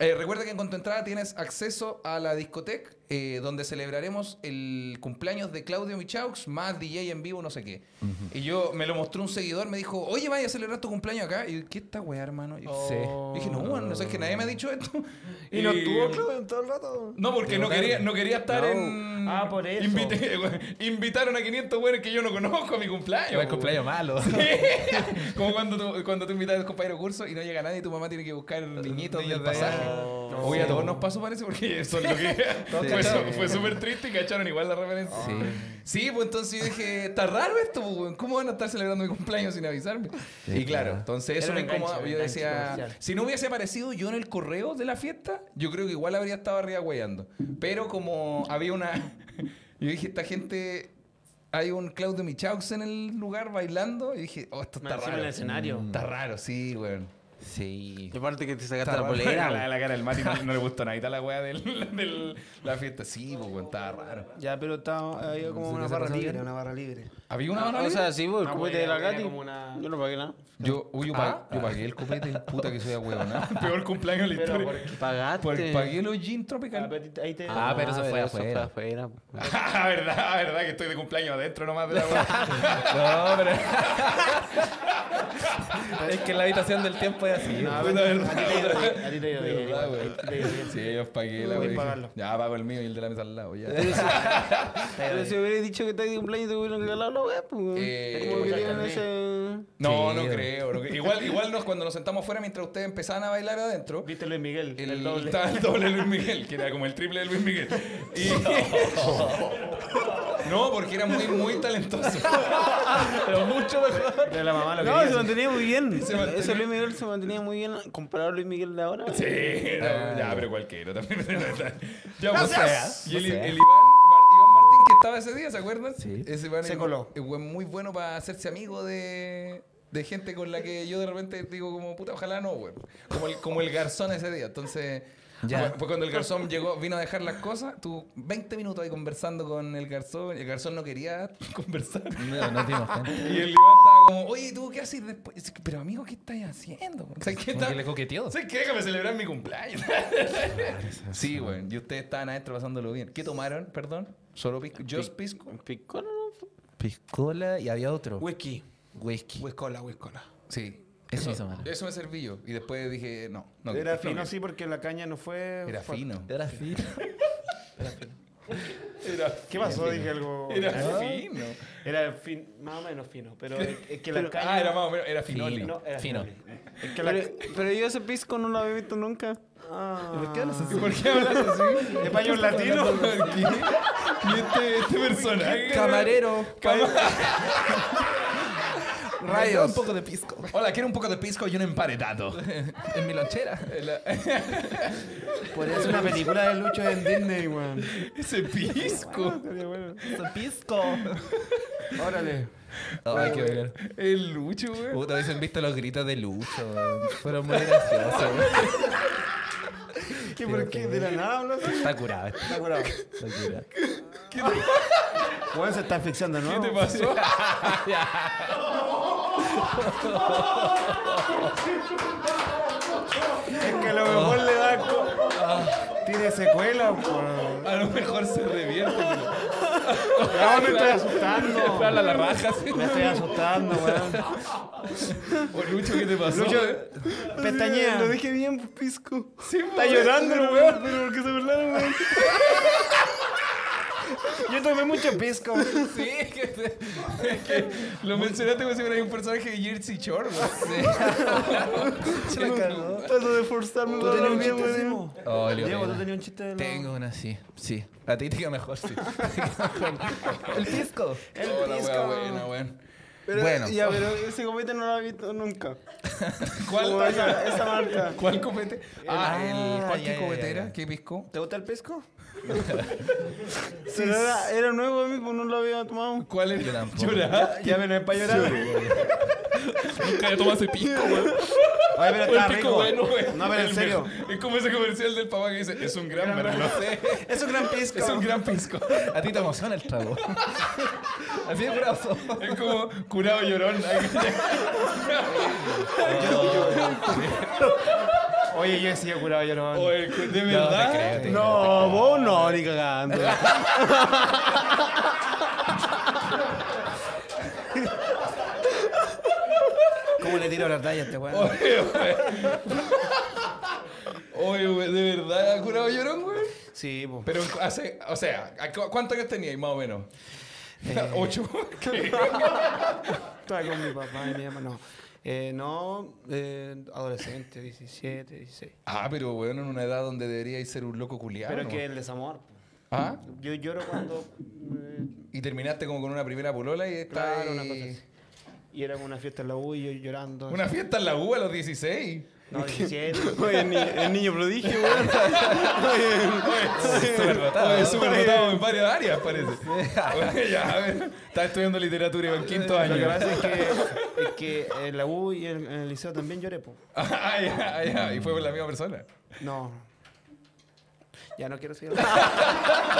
B: Eh, recuerda que con tu entrada tienes acceso a la discoteca eh, donde celebraremos el cumpleaños de Claudio Michaux más DJ en vivo, no sé qué. Y yo me lo mostró un seguidor, me dijo, oye, vaya a celebrar tu cumpleaños acá. Y yo, ¿qué esta weá, hermano? Y
A: Sí.
B: y dije, no, bueno, no sé, es que nadie me ha dicho esto.
D: Oh. Y no estuvo Claudio todo el rato.
B: No, porque
A: Llegó
B: no
A: tarde.
B: quería, no quería estar
D: No.
B: en...
D: Ah, por eso.
B: Invité- invitaron a 500 weones que yo no conozco a mi cumpleaños.
A: Fue el cumpleaños malo.
B: Sí. Como cuando tú, cuando tú invitas a tu compañero curso y no llega nadie y tu mamá tiene que buscar niñitos del
A: niños de allá.
B: pasaje.
A: No.
B: Oye, a todos nos pasó parece porque eso es lo que...
A: Todos
B: fue su-
A: cacharon.
B: fue súper triste y cacharon igual la referencia.
A: Sí.
B: Sí, pues entonces yo dije, está raro esto, pues, weón. ¿cómo van a estar celebrando mi cumpleaños sin avisarme?
A: Sí,
B: y claro,
A: claro.
B: entonces eso
D: Era
B: me
D: un enganche,
B: incomodaba.
D: un
B: Yo
D: enganche
B: decía,
D: comercial.
B: si no hubiese aparecido yo en el correo de la fiesta, yo creo que igual habría estado arriba guayando. Pero como había una. Yo dije, esta gente. Hay un Claudio Michaux en el lugar bailando. Y dije, oh, esto
D: Más
B: está
D: encima
B: raro.
D: en el escenario.
B: Está raro, sí, weón.
A: Sí.
C: Y aparte que te sacaste
B: Está
C: la
B: raro.
C: polera.
B: la, la cara del Mati no, no le gustó nada. Y está la weá del, del- la fiesta. Sí, pues, weón, estaba raro.
D: Ya, pero estaba, había como
A: ¿Qué
D: una
A: se
D: barra
A: pasó
D: libre, Ah,
A: bien?
D: una barra libre.
B: ¿Había una
C: güey.
B: hora
C: O sea, sí, pues, el
D: No,
C: copete de
D: güey,
C: la
D: era
C: Katy.
D: como una-
C: Yo no pagué nada.
B: Yo, uy, yo, pa- yo pagué el copete, puta que soy a huevo, Ah. Peor cumpleaños de la
D: Pero
B: historia.
C: Pagaste.
B: Por, pagué los gin
D: Ah,
B: tropical.
D: pero a ti- ahí te-
A: Ah, pero eso fue afuera.
C: afuera, po.
B: Ah, verdad, verdad, que estoy de cumpleaños adentro nomás de la hueá.
A: No, pero. es que la habitación del tiempo es así. ¿no?
D: No, pero a ti te ha ido bien, a ti te ha ido bien,
B: Verdad,
D: igual,
B: güey.
D: a ti te ha ido bien.
B: Sí, yo pagué la
D: Voy a
B: hueá.
D: pagarlo.
B: Ya pago el mío y el de la mesa al lado, ya.
C: Ah, Pero si hubieras dicho que estás de cumpleaños, te hubieran regalado la wea, pues.
B: Eh,
C: Es como que
B: muchas
C: tienen
D: gracias.
C: ese.
B: No,
A: Sí.
B: no creo. no creo. Igual, igual nos, cuando nos sentamos afuera mientras ustedes empezaban a bailar adentro,
D: Viste Luis Miguel,
B: El,
D: el doble.
B: Estaba el doble de Luis Miguel, que era como el triple de Luis Miguel. Y- no, porque era muy, muy talentoso.
A: Pero mucho mejor.
D: De la mamá lo
C: No,
D: quería,
C: se
D: sí.
C: mantenía muy bien.
B: Se mantenía-
C: Ese Luis Miguel se mantenía muy bien comparado a Luis Miguel de ahora.
B: Sí, no, ya, pero cualquiera también. ya, pues,
A: Ah. Gracias.
B: Y el,
A: No seas.
B: el Iván, Mar- Iván Martín, que estaba ese día, ¿se acuerdan?
A: Sí.
B: Ese Iván
D: Se
B: es-
D: coló.
B: Es buen- muy bueno para hacerse amigo de, de gente con la que yo de repente digo como, puta, ojalá no, güey. Como el, como el garzón ese día. Entonces,
A: Ya.
B: fue- fue cuando el garzón llegó, vino a dejar las cosas. Tú 20 minutos ahí conversando con el garzón. El garzón no quería conversar.
A: No, no dimos cuenta.
B: Y el Iván estaba como, oye, ¿tú qué haces después? Es que, Pero amigo, ¿qué estás haciendo? O sea, ¿qué
A: Como
B: estás-
A: que le coqueteó.
B: ¿Sabes qué? Déjame celebrar mi cumpleaños. sí, güey. Y ustedes estaban adentro pasándolo bien. ¿Qué tomaron? Perdón. ¿Solo pisco? ¿Just pisco?
C: Picón, ¿no?
A: Piscola y había otro.
D: Whisky.
A: Whisky.
D: Whiscola, whiscola.
B: Sí.
A: Eso
B: Eso,
A: hizo mal.
B: eso me serví yo. Y después dije, no. no
D: Era
B: no,
D: fino,
B: no.
D: sí, porque la caña no fue...
B: Era
D: fuerte.
B: fino.
A: Era fino.
B: Era
D: ¿Qué pasó? Dije algo.
B: Era
D: ¿Ah?
B: fino.
D: Era fin, más o menos fino, pero es es que la caña.
B: Ah, era más o menos. Era finoli.
D: No, era
A: Fino.
D: finoli. Es que la.
C: Pero, pero yo ese pisco no lo había visto nunca.
D: Ah.
A: ¿Por qué hablas así?
B: ¿Y por qué hablas así?
D: Español latino.
B: ¿Qué? ¿Y este, este personaje?
A: Camarero.
B: Cama-
A: Rayos.
B: Un
A: poco de pisco.
B: Hola, quiero un poco de pisco y un emparedado.
A: En mi lonchera.
D: Podría ser una película de Lucho en Disney, weón.
B: Ese pisco.
A: pisco.
D: Órale.
A: Ay, qué bueno.
B: El lucho, güey.
A: Puta, hubiesen visto los gritos de Lucho. weón. Fueron muy graciosos. weón.
D: ¿Qué por qué? ¿De la nada hablas?
A: Está curado. este,
D: Está curado.
A: Está curado.
D: Weón se está asfixiando, ¿no?
B: ¿Qué te pasó?
D: Es que a lo mejor le da. co- Tiene secuela, pues. weón.
B: A lo mejor se revierte. pero-
D: No, Ah, me estoy asustando.
B: Habla la raja. sí.
D: Me estoy asustando, weón.
B: O Lucho, ¿qué te pasó?
D: Lucho,
B: güey?
D: pestañea.
C: Lo dije bien, pues, pisco.
B: Sí, pues,
D: Está llorando el weón, pero porque se burlaron, weón. Yo tomé mucho pisco.
B: Sí, es que, es que lo mencionaste como si fuera un personaje de Jersey Shore, güey.
A: Se la cagó.
D: Trato de forzarme para hablar bien, weón.
A: Oh, le
D: Diego, tú
A: pena.
D: tenías un chiste de
A: Tengo una sí. Sí. A ti te queda mejor, sí. El pisco.
D: El
B: Oh, la wea
D: pisco.
B: buena, weón.
C: Pero,
A: Bueno.
C: Ya, pero ese comete no lo había visto nunca. Como
B: ¿Cuál,
C: esa, esa marca.
B: ¿Cuál comete? Ah, el
A: Ah,
B: ¿cuál
A: ya,
B: que
A: ya,
B: cobetera?
A: ya.
B: ¿Qué pisco?
D: ¿Te gusta el pisco?
C: Pero era, era nuevo a mí, pues no lo había tomado.
B: ¿Cuál es?
A: Yo tampoco.
B: Llorar.
D: Ya me lo es para llorar.
B: Nunca yo tomado ese pisco, weón.
D: Oye, pero
B: El
D: está
B: pico
D: rico.
B: bueno, güey.
D: No, pero en
B: El
D: serio.
B: mejor. Es como ese comercial del papá que dice, es un gran verano.
D: Es un gran pisco.
B: Es un gran pisco.
A: A ti te emociona el trago. Así de brazo.
B: Es como curado llorón.
D: Oh, Oye, yo he sido curado, yo no.
B: Oye, de verdad.
A: creo, te-
C: No, vos no, ni cagando.
D: ¿Cómo le tiro la talla a este weón?
B: Oye, güey. Oye, güey, de verdad, curado llorón, güey.
D: Sí, po.
B: Pero hace, o sea, ¿a cu- ¿cuántos años teníais más o menos?
D: Eh.
B: ¿Ocho? ¿Qué?
D: Estaba con mi papá y mi mamá. No. Eh, no, eh, adolescente, 17, 16.
B: Ah, pero bueno, en una edad donde deberíais ser un loco culiado.
D: Pero
B: ¿no?
D: es que el desamor. po.
B: ¿Ah?
D: Yo lloro cuando. eh,
B: Y terminaste como con una primera polola y está
D: claro, una cosa así. Y era como una fiesta en la U y yo llorando.
B: Una fiesta en la U a los 16.
D: No, 17.
C: Oye, el, ni- el niño prodigio, weón.
B: Súper
A: dotado.
B: Oye, súper dotado en varias áreas, parece. Oye, ya, a ver. Estás estudiando literatura y en quinto
D: Lo que
B: año.
D: pasa es que, es que en la U y en, en el liceo también lloré, po.
B: Ah, ya, ah, ya. Y fue por la misma persona.
D: No. Ya no quiero seguir.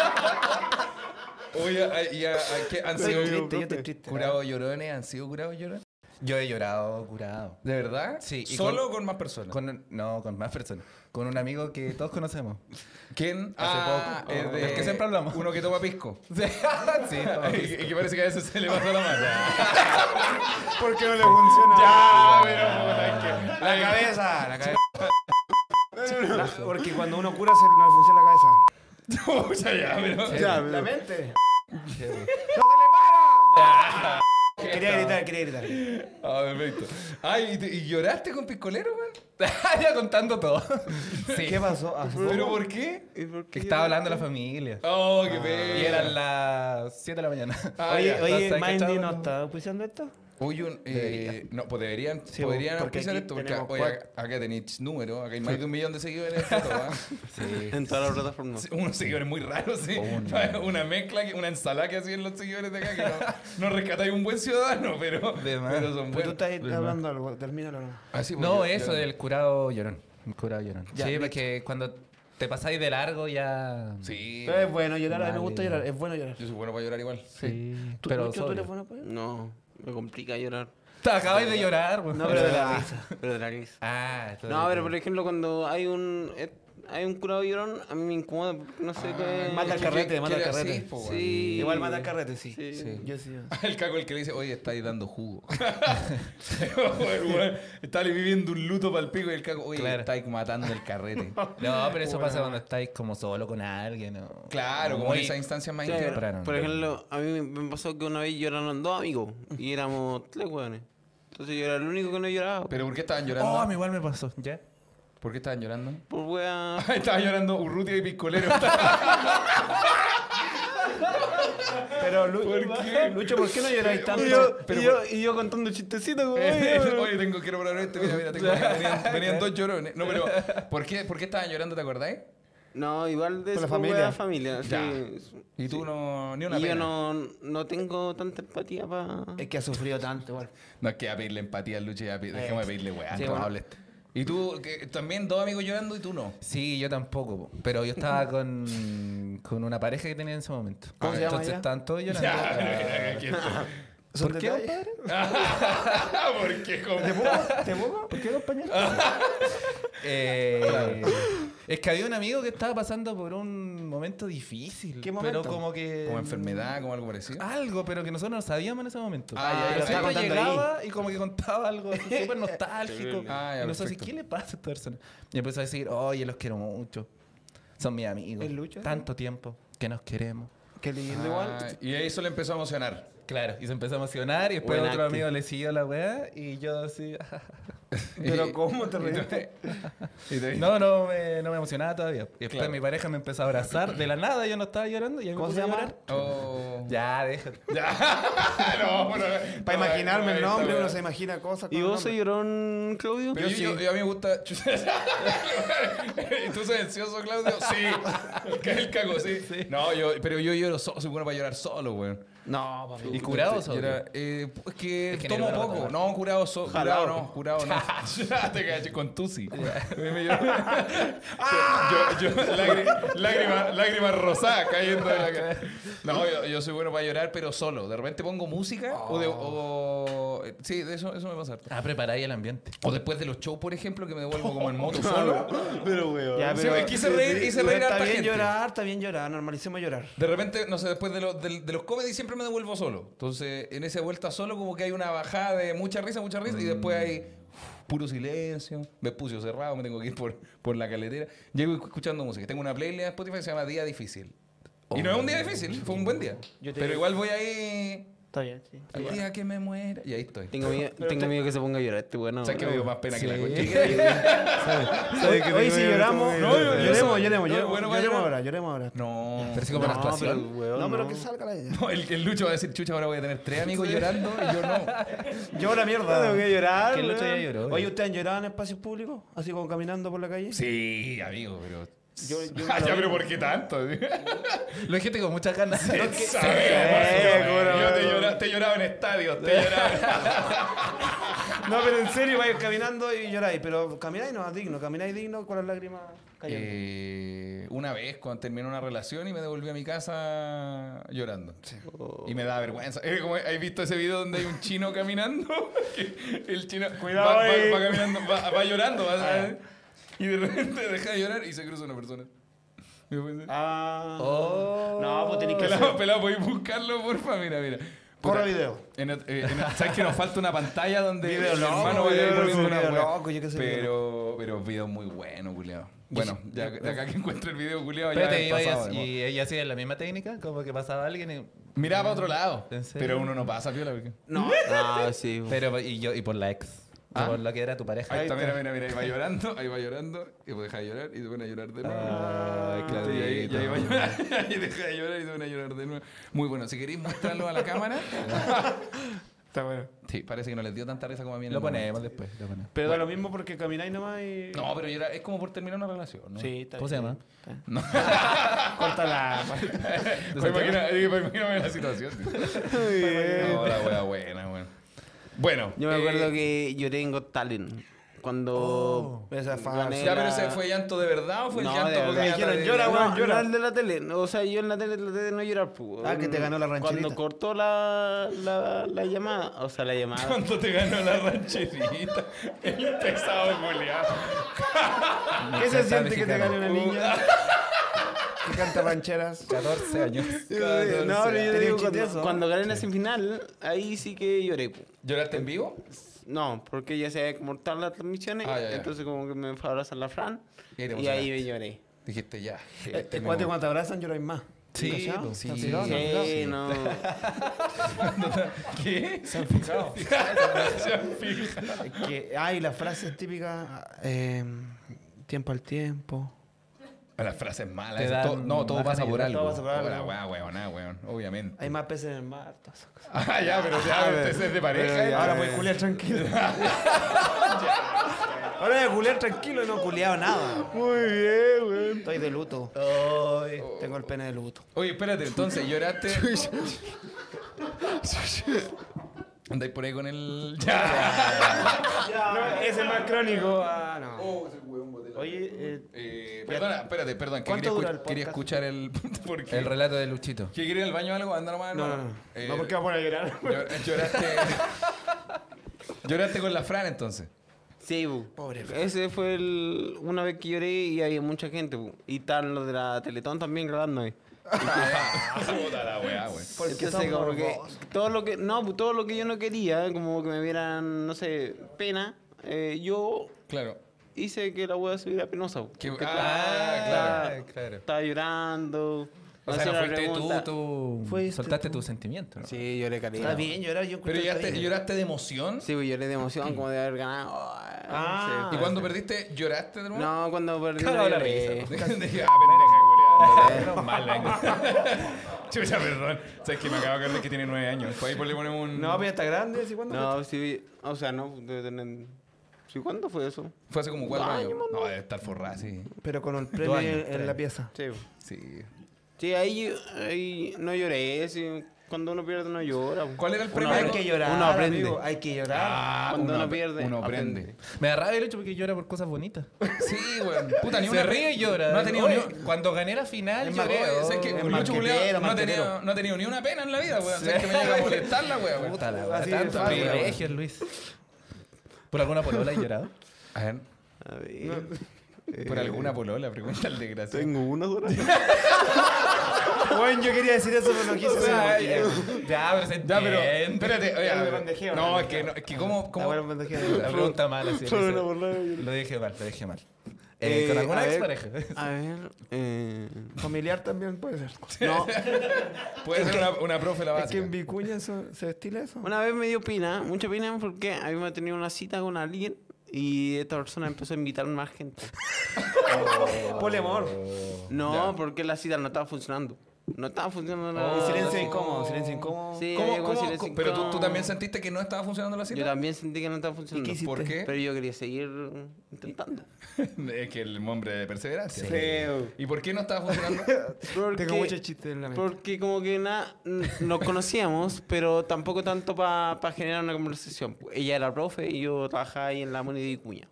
B: Oye, ah, y ah, ah, ¿qué han
D: Estoy
B: sido
D: triste, yo estoy triste.
A: ¿eh?
B: curados llorones? ¿Han sido curados llorones?
A: Yo he llorado, curado.
B: ¿De verdad?
A: Sí, y
B: ¿Solo
A: con-
B: o con más personas?
A: Con, no, con más personas. Con un amigo que todos conocemos.
B: ¿Quién? Hace
A: poco. Del que siempre hablamos.
B: Uno que toma pisco.
A: sí, no.
B: y y que parece que a veces se le pasa la mano.
D: Porque no le funciona.
B: Ya, pero bueno,
D: La
B: hay que- hay
D: cabeza, la cabeza. La- Porque cuando uno cura se no le funciona la cabeza.
B: que- Pucha, ya, pero.
C: Ya,
D: Eh, La
C: pero-
D: mente. ¡No se le para! Quería gritar, quería gritar.
B: Ah, perfecto. Ay, ¿y, te- y lloraste con piscolero, güey?
A: ya contando todo. Sí.
D: ¿Qué pasó? Ah,
B: ¿Pero por qué?
C: ¿Y por
A: Que
C: qué?
A: estaba hablando la familia.
B: Oh, qué
A: Y
B: pena.
A: eran las 7 de la mañana.
B: Ah,
D: Oye,
B: ya.
A: Hasta
D: oye,
A: ahí,
D: Mindy
A: ¿cachai?
D: no está auspiciando esto.
B: Hoy un, eh, No, pues deberían.
D: Sí,
B: podrían
D: porque
B: auspiciar
D: aquí
B: esto. Porque
D: tenemos
B: oye,
D: cuatro.
B: acá, acá tenéis números. Acá hay más de un millón de seguidores. en esto, ¿ah?
C: En todas las plataformas.
B: Sí, Unos seguidores muy raros, sí. Una mezcla, que- una ensalada que hacían los seguidores de acá. Que no, no rescatáis un buen ciudadano, pero,
A: De más.
B: pero son
D: Pues tú
B: buenos.
D: estás hablando algo, termínalo. no.
B: Ah, sí, pues,
A: No,
B: yo-
A: eso
B: yo-
A: del curado llorón. El curado llorón.
D: Ya,
A: sí,
D: listo.
A: porque cuando te pasáis de largo ya.
B: Sí.
D: Pero es Pues, bueno llorar, a mí me
A: Vale.
D: gusta llorar, es bueno llorar.
B: Yo soy bueno para llorar igual.
A: Sí.
D: ¿Tú,
A: Pero.
D: Lucho, tú
A: sobrio.
D: eres bueno para llorar?
C: No, me complica llorar.
A: Te acabas de llorar, güey.
C: No, pero de la risa. Pero de la risa.
A: Ah, esto
C: Ah. No,
A: de-
C: pero por ejemplo, cuando hay un. et- hay un curado llorón, a mí me incomoda, no sé qué.
D: Ah, mata el carrete, mata el
B: Quiere así,
D: carrete. pues,
B: po, weón.
C: Sí.
D: Igual manda el carrete, sí.
C: Sí.
B: Sí.
D: Yo sí. yo.
B: El caco el que le dice, oye, estáis dando jugo. Bueno, bueno, estáis viviendo un luto para el pico y el caco, oye,
A: Claro.
B: estáis matando el carrete.
A: No, pero eso pasa cuando estáis como solo con alguien. o-
B: Claro, como en
A: Muy-
B: esas instancias más
C: Claro,
B: íntimas.
A: temprano,
C: Por
A: ¿no?
C: ejemplo, a mí me pasó que una vez lloraron dos amigos y éramos tres hueones. Entonces yo era el único que no lloraba.
B: ¿Pero por qué estaban llorando?
A: Oh, a mí igual me pasó. ¿Ya?
B: ¿Por qué estaban llorando?
C: Por wea.
B: Estaba llorando Urrutia y Piscolero.
A: Pero Lu- Lucho, ¿por qué no lloráis tanto?
C: Y yo, y yo, y yo contando chistecitos, como, "Oye, oye".
B: Oye, tengo, quiero probar este. Mira, mira, tengo, venían, venían dos llorones. No, pero ¿por qué, ¿por qué estaban llorando, te acordáis?
C: No, igual de
D: Por la
C: esa familia.
D: familia.
C: familia sí.
B: Ya. Y tú no, ni una
C: y
B: pena.
C: yo no, no tengo tanta empatía para.
D: Es que ha sufrido tanto, igual.
B: No es que a pedirle empatía al Lucho, ya pe- dejemos de pedirle weá,
C: Sí,
B: no
C: bueno.
B: hables. Y tú, que- también dos amigos llorando y tú no.
A: Sí, yo tampoco. po. Pero yo estaba con, con una pareja que tenía en ese momento.
D: ¿Cómo se llama
A: Ah, Entonces
D: ella?
A: estaban todos llorando.
D: ¿Son
A: ¿Por qué,
D: detalles?
A: compadre?
B: ¿Por qué?
D: ¿Te pongo? ¿Te pongo? ¿Por qué, compañero?
A: Eh, es que había un amigo que estaba pasando por un momento difícil.
D: ¿Qué momento?
A: Pero como que.
B: ¿Como enfermedad, como algo parecido?
D: Ah,
A: Algo, pero que nosotros no sabíamos en ese momento.
B: Ah, ya, ya,
A: pero
B: ya.
A: siempre
D: Estaba contando
A: llegaba y como que contaba algo así súper nostálgico.
B: Ah, ya,
A: y nosotros así,
B: perfecto.
A: ¿qué le pasa a esta persona? Y empezó a decir, oye, los quiero mucho. Son mis amigos.
D: ¿El Lucho?
A: Tanto tiempo que nos queremos.
D: Qué lindo,
B: Ah,
D: igual.
B: y eso le empezó a emocionar.
A: Claro, y se empezó a emocionar y después
C: Buen
A: otro
C: acting.
A: amigo le siguió la weá y yo así...
B: Y-
D: Pero ¿cómo te
B: y tú-
D: reíste?
B: y tú-
A: no, no me, no me emocionaba todavía. Y después
B: Claro.
A: mi pareja me empezó a abrazar. De la nada yo no estaba llorando y ahí me
D: ¿Cómo
A: puse
D: se
A: a
D: llama?
A: llorar.
B: Oh.
A: Ya, déjate.
B: Ah, no, pero-
D: Para
B: no,
D: imaginarme
B: no,
D: el
B: esta
D: nombre, em-
B: weá.
D: uno se imagina cosas. con
C: ¿Y
D: el
C: vos soy
D: nombre.
C: llorón, Claudio?
B: Pero yo, eh, yo- yo- a mí me gusta. ¿Y tú sos ansioso, Claudio? Sí. Que el cago, sí. No, yo, pero yo lloro solo, soy bueno para llorar solo, weón.
D: No, papi.
A: ¿Y curado
B: Yo
A: solo?
B: era- eh, es que,
A: Es que
B: tomo
A: negro,
B: poco.
A: negro.
B: No, curado solo.
C: Jalao.
B: Curado no, curado no. ya te caché con Tusi. Me- me lloró. yo, yo, lágri- lágrima, lágrima rosada cayendo de la cara. No, yo, yo soy bueno para llorar, pero solo. De repente pongo música o, de, o- Sí, de eso, eso me pasa harto.
A: Ah, preparar el ambiente.
B: O después de los shows, por ejemplo, que me devuelvo como en moto solo.
D: Pero, weón.
C: Ya,
B: Sí,
C: pero-
B: me quise reír, hice reír a
D: Está
B: harta
D: bien
B: gente.
D: llorar, está bien llorar. Normalicemos llorar.
B: De repente, no sé, después de, los de, de los comedy siempre me devuelvo solo. Entonces, en esa vuelta solo como que hay una bajada de mucha risa, mucha risa, y después hay uf, puro silencio, vespucio cerrado, me tengo que ir por, por la caletera. Llego escuchando música. Tengo una playlist en Spotify que se llama Día Difícil. y no es un día difícil, fue un buen día.
D: Yo te-
B: Pero igual voy ahí
D: Está bien, sí.
B: al día que me muera. Y ahí estoy.
C: Tengo miedo, tengo miedo que se ponga a llorar este weón.
B: O sea, que me dio más pena que la
A: Sí.
B: concha.
D: Hoy si lloramos,
B: No, yo- yo-
D: lloremos,
B: yo- yo-
D: lloremos, lloremos.
B: bueno,
D: Lloremos
B: bueno.
D: ahora, lloremos ahora.
B: No.
A: Pero así como la actuación.
C: pero, weón,
D: No, pero
C: no.
D: que salga la idea.
B: No, el, el Lucho va a decir, chucha, ahora voy a tener tres amigos llorando y yo no.
D: Llora
C: Tengo
D: mierda.
C: que llorar.
A: Que el otro
C: weón.
A: día lloró.
D: Oye, ¿ustedes han llorado en espacios públicos? Así como caminando por la calle.
B: eh. Sí, amigo, pero...
D: Yo, yo
B: Ah, ya, pero ¿por qué tanto?
A: Lo dijiste con muchas ganas.
B: Sabía, eh, yo te, llora- te lloraba en estadios, te lloraba.
D: No, pero en serio, vais caminando y lloráis. Pero camináis no, digno, camináis digno con las lágrimas cayendo.
B: Eh, una vez cuando terminé una relación y me devolví a mi casa llorando. Y me da vergüenza. Es como, ¿Has visto ese video donde hay un chino caminando? Que el chino
D: Cuidado
B: va, va-
D: ahí. Ah.
B: va caminando, va, va llorando. va- y de repente deja de llorar y se cruza una persona. Y después dice,
D: Ah.
A: Oh.
D: No, pues tenéis que hacer.
B: Pelado, pelado, podéis buscarlo, porfa. Mira, mira. Puta,
D: Corre video.
B: En, ot- eh, en ot- ¿Sabes que nos falta una pantalla donde
D: Video
B: el
D: loco,
B: hermano vaya ahí
D: video loco,
B: poniendo una
D: video
B: wea?
D: loco, yo qué sé, video
B: Pero, pero video muy bueno, culiao. Bueno, ya, de acá que encuentre el video, culiao, ya
A: Espérate,
B: es
A: iba y
B: pasado,
A: así-
B: hermano.
A: y ella hacía la misma técnica, como que pasaba alguien y...
B: Miraba para otro lado.
A: ¿En serio?
B: Pero uno no pasa, piola. Porque...
D: No.
C: Ah, sí. weón.
A: Pero, y yo, y por la ex.
B: Ah.
A: Por lo que era tu
B: Ahí,
A: pareja.
B: está, mira, mira, mira. Ahí va llorando, ahí va llorando. Y pues deja de llorar y se pone a llorar de nuevo.
A: Ah, Ay,
B: y ahí, y ahí va a
A: Claudito.
B: llorar, y deja de llorar y se pone a llorar de nuevo. Muy bueno, si queréis mostrarlo a la cámara.
D: Está bueno.
B: Sí, parece que no les dio tanta risa como a mí. en el
A: Lo
B: momento.
A: ponemos después, lo ponemos.
D: Pero da lo mismo porque camináis nomás y.
B: No, pero llorar es como por terminar una relación, ¿no?
D: Sí, está
A: ¿Cómo se
D: bien.
A: llama?
D: Córtala.
B: Pues imagina- eh, pues imagíname la situación. tío. No, la wea buena, weón. Bueno.
C: Yo me
B: eh,
C: acuerdo que lloré en Got Talent. Cuando.
D: Esa
C: gané
D: es fácil.
B: Ya,
C: la-
B: pero ese fue llanto de verdad o fue
C: No,
B: el llanto
C: de
B: porque
C: verdad.
B: ya
D: Dijeron,
B: de-
D: "Llora, weón".
C: No,
D: llora.
C: no, el de la tele. no, O sea, yo en la tele traté de no llorar. pu.
D: Ah, que te ganó la rancherita.
C: Cuando cortó la, la, la llamada. O sea, la llamada.
B: ¿Cuánto te ganó la rancherita? El pesado culiado.
D: ¿Qué se
A: Cantaba
D: siente que te
A: mexicano.
D: gane una niña? Que canta rancheras.
A: 14 años.
C: Eh, No, pero yo
D: Tenía
C: te digo,
D: un chiste
C: cuando,
D: eso.
C: cuando gané la semifinal, ahí sí que lloré. pu.
B: ¿Lloraste en vivo?
C: No, porque ya se había cortado las transmisiones,
B: Ah, ya, ya.
C: entonces como que me fue a abrazar la Fran
B: Y ahí te
C: y ahí me lloré.
B: Dijiste ya. eh,
D: Este cuate cuando te abrazan lloráis más.
B: Sí,
D: ¿Te cachado?
B: pues, sí.
D: ¿Te han fijado?
B: No,
C: Sí,
D: ¿Te han fijado?
C: no.
B: ¿Qué?
D: ¿Se han fijado? que, ay, las frases típicas. eh, tiempo al tiempo.
B: Las frases malas.
A: Te
B: esas,
A: dan
B: todo- no, todo
A: baja
B: pasa por
A: vibra,
B: algo.
D: todo pasa por algo.
B: Hola, weá, weoná, weón. Obviamente.
D: Hay más peces en el mar. todas esas cosas.
B: Ah, ya, pero ya, pero ese es de pareja.
D: Ahora
B: eh.
D: puedes culiar tranquilo. Ahora voy a culiar tranquilo y no he culiado nada. Muy bien, güey. Estoy de luto. Tengo el pene de luto.
B: Oye, espérate, entonces, lloraste. Andáis por ahí con el. Ya.
D: No, ese es más crónico. Ah, no. Oye, eh,
B: Eh, perdona, espérate, perdón. Que
D: ¿Cuánto
B: quería,
D: dura
B: escu-
D: el podcast?
B: quería escuchar el. ¿Por qué?
A: El relato de Luchito.
B: ¿Qué quería ir al baño o algo? Anda nomás.
D: no, no,
B: hermano.
D: no.
B: Eh,
D: no, porque va a poner a llorar.
B: llor- Lloraste. lloraste con la Fran entonces.
C: Sí, pu.
D: Pobre Fran.
C: Ese fue el, una vez que lloré y había mucha gente. pu. Y estaban los de la Teletón también grabando ahí.
A: Ah,
B: Puta la weá, güey.
C: Entonces, como que todo lo que no, pues, todo lo que yo no quería, como que me vieran, no sé, pena, eh, yo
B: Claro.
C: hice que la hueá se viera penosa. po.
B: Que-
C: Porque
B: ah,
C: estaba-
A: claro.
C: Estaba llorando.
B: O sea, no
C: hacía la
B: fuiste tú,
C: pregunta.
A: Tú
D: Fuiste
A: soltaste
D: tú.
A: tus sentimientos. ¿no?
C: Sí, lloré caliente.
D: Está bien llorar. Yo
B: Pero
D: encuentro que
B: lloraste,
D: está bien.
B: lloraste de emoción.
C: Sí, pues lloré de emoción, como de haber ganado.
D: Ah. eh,
B: ¿Y cuando perdiste, lloraste de
C: sí.
B: nuevo?
C: No, cuando perdí.
A: Cagado
C: no
A: la
C: lloré.
B: Dije, ah, pendeja, culiada. Menos mal,
D: eh.
B: la- Chucha, perdón. Sabes que me acabo de acordar que tiene nueve años. Pues ahí pues le ponemos un.
D: No, pero está grande. ¿Así cuándo?
C: No, sí, o sea, no. de- de- de- sí, ¿Cuándo fue eso?
B: Fue hace como cuatro
C: Dos
B: años.
C: años,
B: No, debe estar forrada, sí.
D: fue? Pero con el premio
A: años,
D: en, en
A: tres.
D: la pieza.
C: Sí, po.
B: Sí.
C: sí ahí, ahí no lloré. sí, Cuando uno pierde, no llora. po.
B: ¿Cuál era el
C: Uno
B: premio?
D: hay
C: apre-
D: que llorar.
C: Uno aprende.
D: amigo, hay que llorar.
B: Ah,
C: Cuando uno pierde,
B: Uno
C: aprende.
B: aprende.
A: Me da rabia el hecho porque llora por cosas bonitas.
B: Sí, weón. Puta, ni
A: Se
B: una-
A: ríe y llora.
B: No ha tenido
A: Oye,
B: ni un-
A: Cuando gané la final,
D: Es
A: lloré.
D: marquetero,
B: Oye, ¿sabes qué?
D: es
B: Lucho
D: marquetero,
B: culiao no, ha tenido,
D: marquetero.
B: no ha tenido ni una pena en la vida, weón. ¿Sabes que me llega a molestar la weá, weón?
A: Puta la
D: Así
A: weá,
D: de
A: tanto
D: fácil,
A: privilegio, Luis. ¿Por alguna polola has llorado?
B: A ver,
C: A ver. Eh,
B: por alguna polola, pregunta al desgraciado.
C: Tengo una sola.
D: Bueno, yo quería decir eso, pero no quise.
A: Ya,
D: hacerlo.
A: pero se
B: Ya, pero.
A: entiende.
B: Espérate, oye.
D: Ya
B: a
D: me
B: ver.
D: bandejeo,
B: No,
D: me
B: es que, no, es que, ¿cómo.?
D: Ah,
B: cómo...
D: bueno, pendejeo.
A: La pregunta mala, sí.
C: Solo
A: Luis.
C: una polola yo
A: Lo dije mal, lo dije mal. Eh,
C: Eh,
A: Con
C: a
A: alguna
C: ver,
A: expareja.
C: A ver. Eh,
D: Familiar también puede ser.
C: no.
B: Puede ser una, una profe la
D: Es que
B: básica.
D: en Vicuña eso- se estila eso.
C: Una vez me dio pena, mucha pena, porque habíamos tenido una cita con alguien y esta persona empezó a invitar más gente.
D: Poliamor.
A: Oh,
C: No, porque la cita no estaba funcionando. No estaba funcionando la
A: Oh,
D: Y silencio
A: sí.
D: incómodo, silencio incómodo.
C: Sí,
B: ¿Cómo-
C: había como
B: cómo-
C: silencio
B: cómo- pero tú, tú
C: incómodo.
B: también sentiste que no estaba funcionando la
C: Yo
B: cita.
C: también sentí que no estaba funcionando.
D: hiciste?
B: ¿Por qué?
C: Pero yo quería seguir intentando.
B: es que el hombre de perseverancia.
D: Feo.
B: ¿Y por qué no estaba funcionando?
C: Porque,
D: Tengo muchos chistes en la mente.
C: porque como que nada, nos conocíamos, pero tampoco tanto para generar una conversación. Ella era profe y yo trabajaba ahí en la moneda y cuña.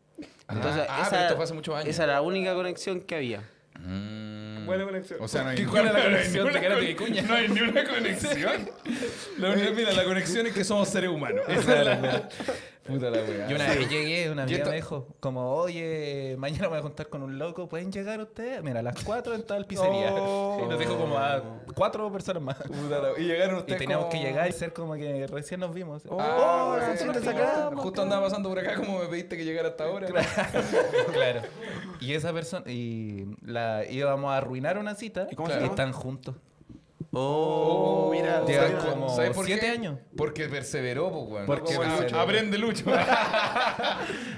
B: Ah, ah, pero esto fue hace muchos años.
C: Esa era la única conexión que había.
B: Mm.
D: Buena conexión.
B: O sea, no hay
A: ¿Qué- cuál es la
B: no hay
A: conexión?
B: ninguna
A: Te quedaste
B: con- No hay ni una conexión. La única, mira, la conexión es que somos seres humanos. Esa es la Puta la weá.
A: Yo una vez llegué, una
B: Y
A: amiga
B: esto-
A: me dijo, como, oye, mañana voy a juntar con un loco, ¿pueden llegar ustedes? Mira, a las 4 en tal pizzería. Y nos dijo como a cuatro personas más.
B: Puta la- Y llegaron
A: Y
B: ustedes.
A: teníamos
B: como-
A: que llegar y ser como que recién nos vimos.
B: Ah,
D: Oh,
B: weá.
D: justo te
B: justo,
D: sacamos,
B: andaba pasando por acá como me pediste que llegara hasta ahora.
A: claro. Y esa persona, y la íbamos a arruinar una cita
D: cómo se
A: y
D: llama?
A: están juntos.
D: Oh, mira.
A: Llevan
D: ¿sabes?
A: como siete años.
B: Porque perseveró, pues, weón.
A: Porque
B: Como el Lucho.
A: perseveró.
B: Aprende, Lucho.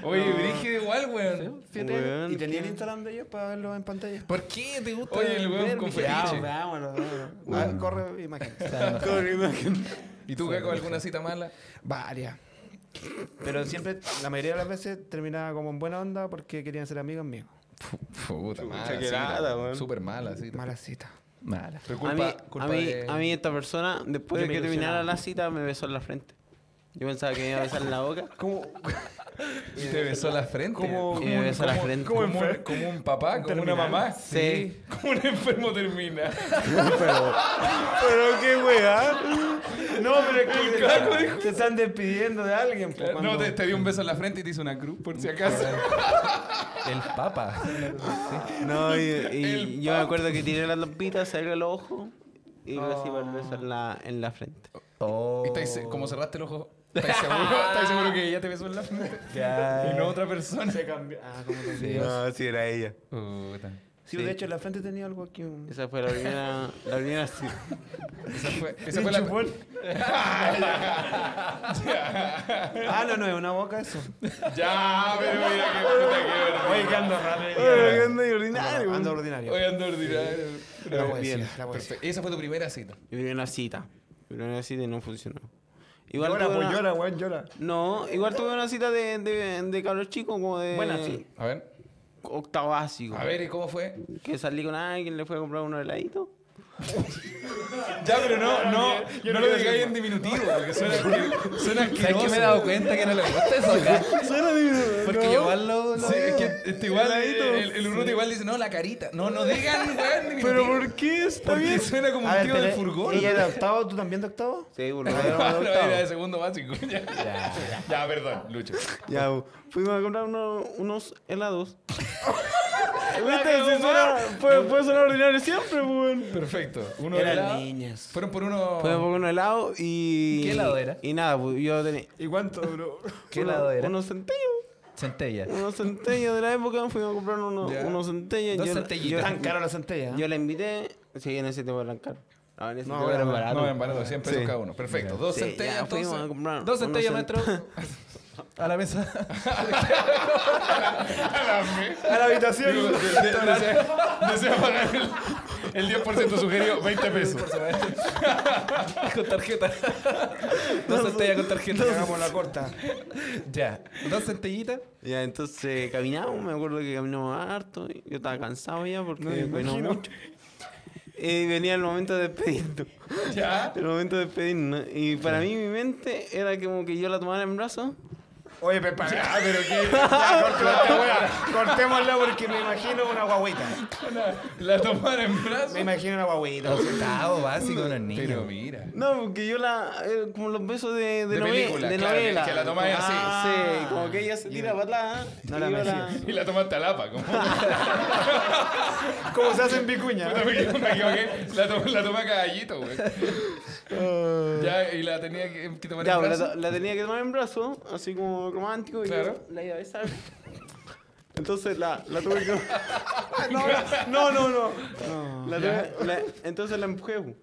B: Oye, Brígido igual, weón.
D: Siete
C: Weón,
D: años. ¿Y tenía el
C: qué-
D: Instagram de ellos para verlo en pantalla?
A: ¿Por qué te gusta
B: Oye, el weón
A: ver
B: con
A: mi-
B: fetiche.
D: vámonos, vámonos. A ver, Ah, corre imagen.
B: ¿Y tú, Caco, alguna cita mala?
D: Varias. Pero siempre, la mayoría de las veces terminaba como en buena onda porque querían ser amigos míos.
B: Puta, mala.
C: que
B: cita,
C: nada,
B: weón.
C: weón.
B: Súper mala, sí.
D: Mala cita.
A: Mala.
B: Pero
C: a,
B: culpa-
C: mí,
B: culpa
C: a, mí,
B: de-
C: a mí esta persona, después
D: Yo
C: de
D: me
C: que terminara
D: ilusionaba.
C: la cita, me besó en la frente. Yo pensaba que me iba a besar en la boca.
D: ¿Cómo?
B: Y te besó la frente.
D: Como-
C: Y me besó en la frente.
B: como un- como un papá, como una
D: Terminal.
B: mamá.
C: Sí.
B: Como un enfermo termina.
D: Pero qué weá. No, pero es que te, te están despidiendo de alguien. po,
B: No,
D: cuando-
B: te, te dio un beso en la frente y te hizo una cruz, por si acaso.
A: El Papa.
C: No, y, y
B: El
C: yo me acuerdo que tiré la lampita, salió el ojo y recibí el beso en la, en la frente.
A: Oh.
B: Y estáis- como cerraste el ojo, ¿estáis seguro, estáis seguro que ella te besó en la frente?
A: Ya.
B: Y no otra persona.
D: Ah, como te
A: Sí.
D: digo.
C: sí, era ella.
B: Puta.
D: Sí, de hecho, en la frente tenía algo aquí. un-
C: Esa fue la primera. la primera sí.
B: Esa fue, esa fue
D: un
B: la...
D: chupón. Ah, no, no, es una boca eso.
B: Ya, pero mira qué puta que
D: Oye, que ando raro.
C: Oye,
D: Ando ordinario. Ando ordinario.
B: Hoy ando ordinario.
D: La voy a
B: Bien,
D: decir, la voy a
B: perfecto. Esa fue tu primera cita.
C: Mi primera cita. Mi primera cita y no funcionó. Igual
D: Llora,
C: tuve
D: pues
C: una-
D: llora, weón, llora.
C: No, igual tuve una cita de, de, de cabros chicos, como de.
D: Buena, sí.
B: A ver.
C: Octavo básico.
B: A ver, ¿y cómo fue?
C: Que salí con alguien, le fue a comprar unos heladitos.
B: Ya, pero no, no,
D: yo
B: no
D: no
B: lo
D: quiero
B: digáis en diminutivo, porque suena, asquer- suena
A: ¿Sabes que
B: asqueroso.
A: me he dado cuenta que no le gusta eso acá?
D: Pues
A: Porque igual lo... lo-
B: Sí, es que este igual,
D: Heladito.
B: el, el Urruti igual dice, no, la carita. No, no digan, weón, diminutivo.
D: ¿Pero por qué está
B: Porque
D: bien?
B: suena como
D: A
B: un
D: ver,
B: tío del
D: pero,
B: furgón.
D: ¿Ella de octavo? ¿Tú también de octavo?
C: Sí, bueno,
B: Ah,
C: era
B: no,
C: un octavo.
B: era de segundo básico. Ya, ya, perdón, Lucho.
C: Ya, bu. fuimos a comprar uno- unos helados.
D: ¿Viste? Este, Si suena, puede, puede sonar ordinario siempre, weón.
B: Perfecto. Uno
D: Eran
B: helado.
D: niñas.
B: Fueron por uno.
C: Fuimos por unos helados y.
A: ¿Qué helado era?
C: Y nada, bu, yo tenía.
D: ¿Y cuánto duró?
A: ¿Qué
C: uno-
A: helado era?
C: Unos centellos.
A: Centella.
C: Unos centellos de la época. Fuimos a comprar unos,
B: Ya.
C: unos centellos.
A: Dos
C: yo,
A: centellitas.
D: Tan
C: Yo,
D: caro la centella.
C: yo la invité. Sí, en ese tiempo eran caros. No, en ese
D: No,
C: tiempo eran
D: era-
C: baratos.
B: No, en barato, 100 pesos
D: Sí.
B: cada uno. Perfecto. Dos
C: Sí,
B: centellas,
C: ya, fuimos
B: entonces.
C: a comprar
A: Dos
C: unos
A: centellas,
C: cent-
A: maestro. A la mesa.
D: A la habitación.
B: Digo, de- de- Desea desea pagar el, el 10% sugerido, 20 pesos.
A: con tarjeta. Dos centellas con tarjeta.
D: Hagamos la corta.
A: Ya. Dos centellitas.
C: Ya, entonces caminamos, me acuerdo que caminamos harto. y Yo estaba cansado ya porque
D: me
C: caminamos
D: imagino.
C: mucho. Y venía el momento de despedirnos.
B: Ya.
C: El momento de despedirnos. Y para mí, mi mente era como que yo la tomara en brazos.
D: Oye, Pepa, ya, pero qué. Ya, cortemos esta weá. Cortémosla porque me imagino una guagüita.
B: La, la tomar en brazos.
D: Me imagino una guagüita.
A: Octavo básico, unos niños.
B: Pero mira.
C: No, porque yo la. eh, como los besos de, de,
B: De
C: nove-
B: película,
C: de
B: claro, que-
C: novela.
B: que la tomáis así.
C: Ah, Sí, como que ella se tira para atrás.
D: No
C: y
D: la
C: yo
D: mecías.
B: Y la tomaste a lapa, como. Puta,
D: Como se hace en Vicuña.
B: Me me equivoqué. La tomé, la tomé a caballito, güey. Ya, y la tenía que, que tomar
C: Ya,
B: en
C: pues,
B: brazos.
C: la, la tenía que tomar en brazos, así como romántico. Y
B: Claro.
C: yo la iba a besar. Entonces la, la tuve que.
D: No, no, no.
C: La tuve- la- entonces la empujé, bu,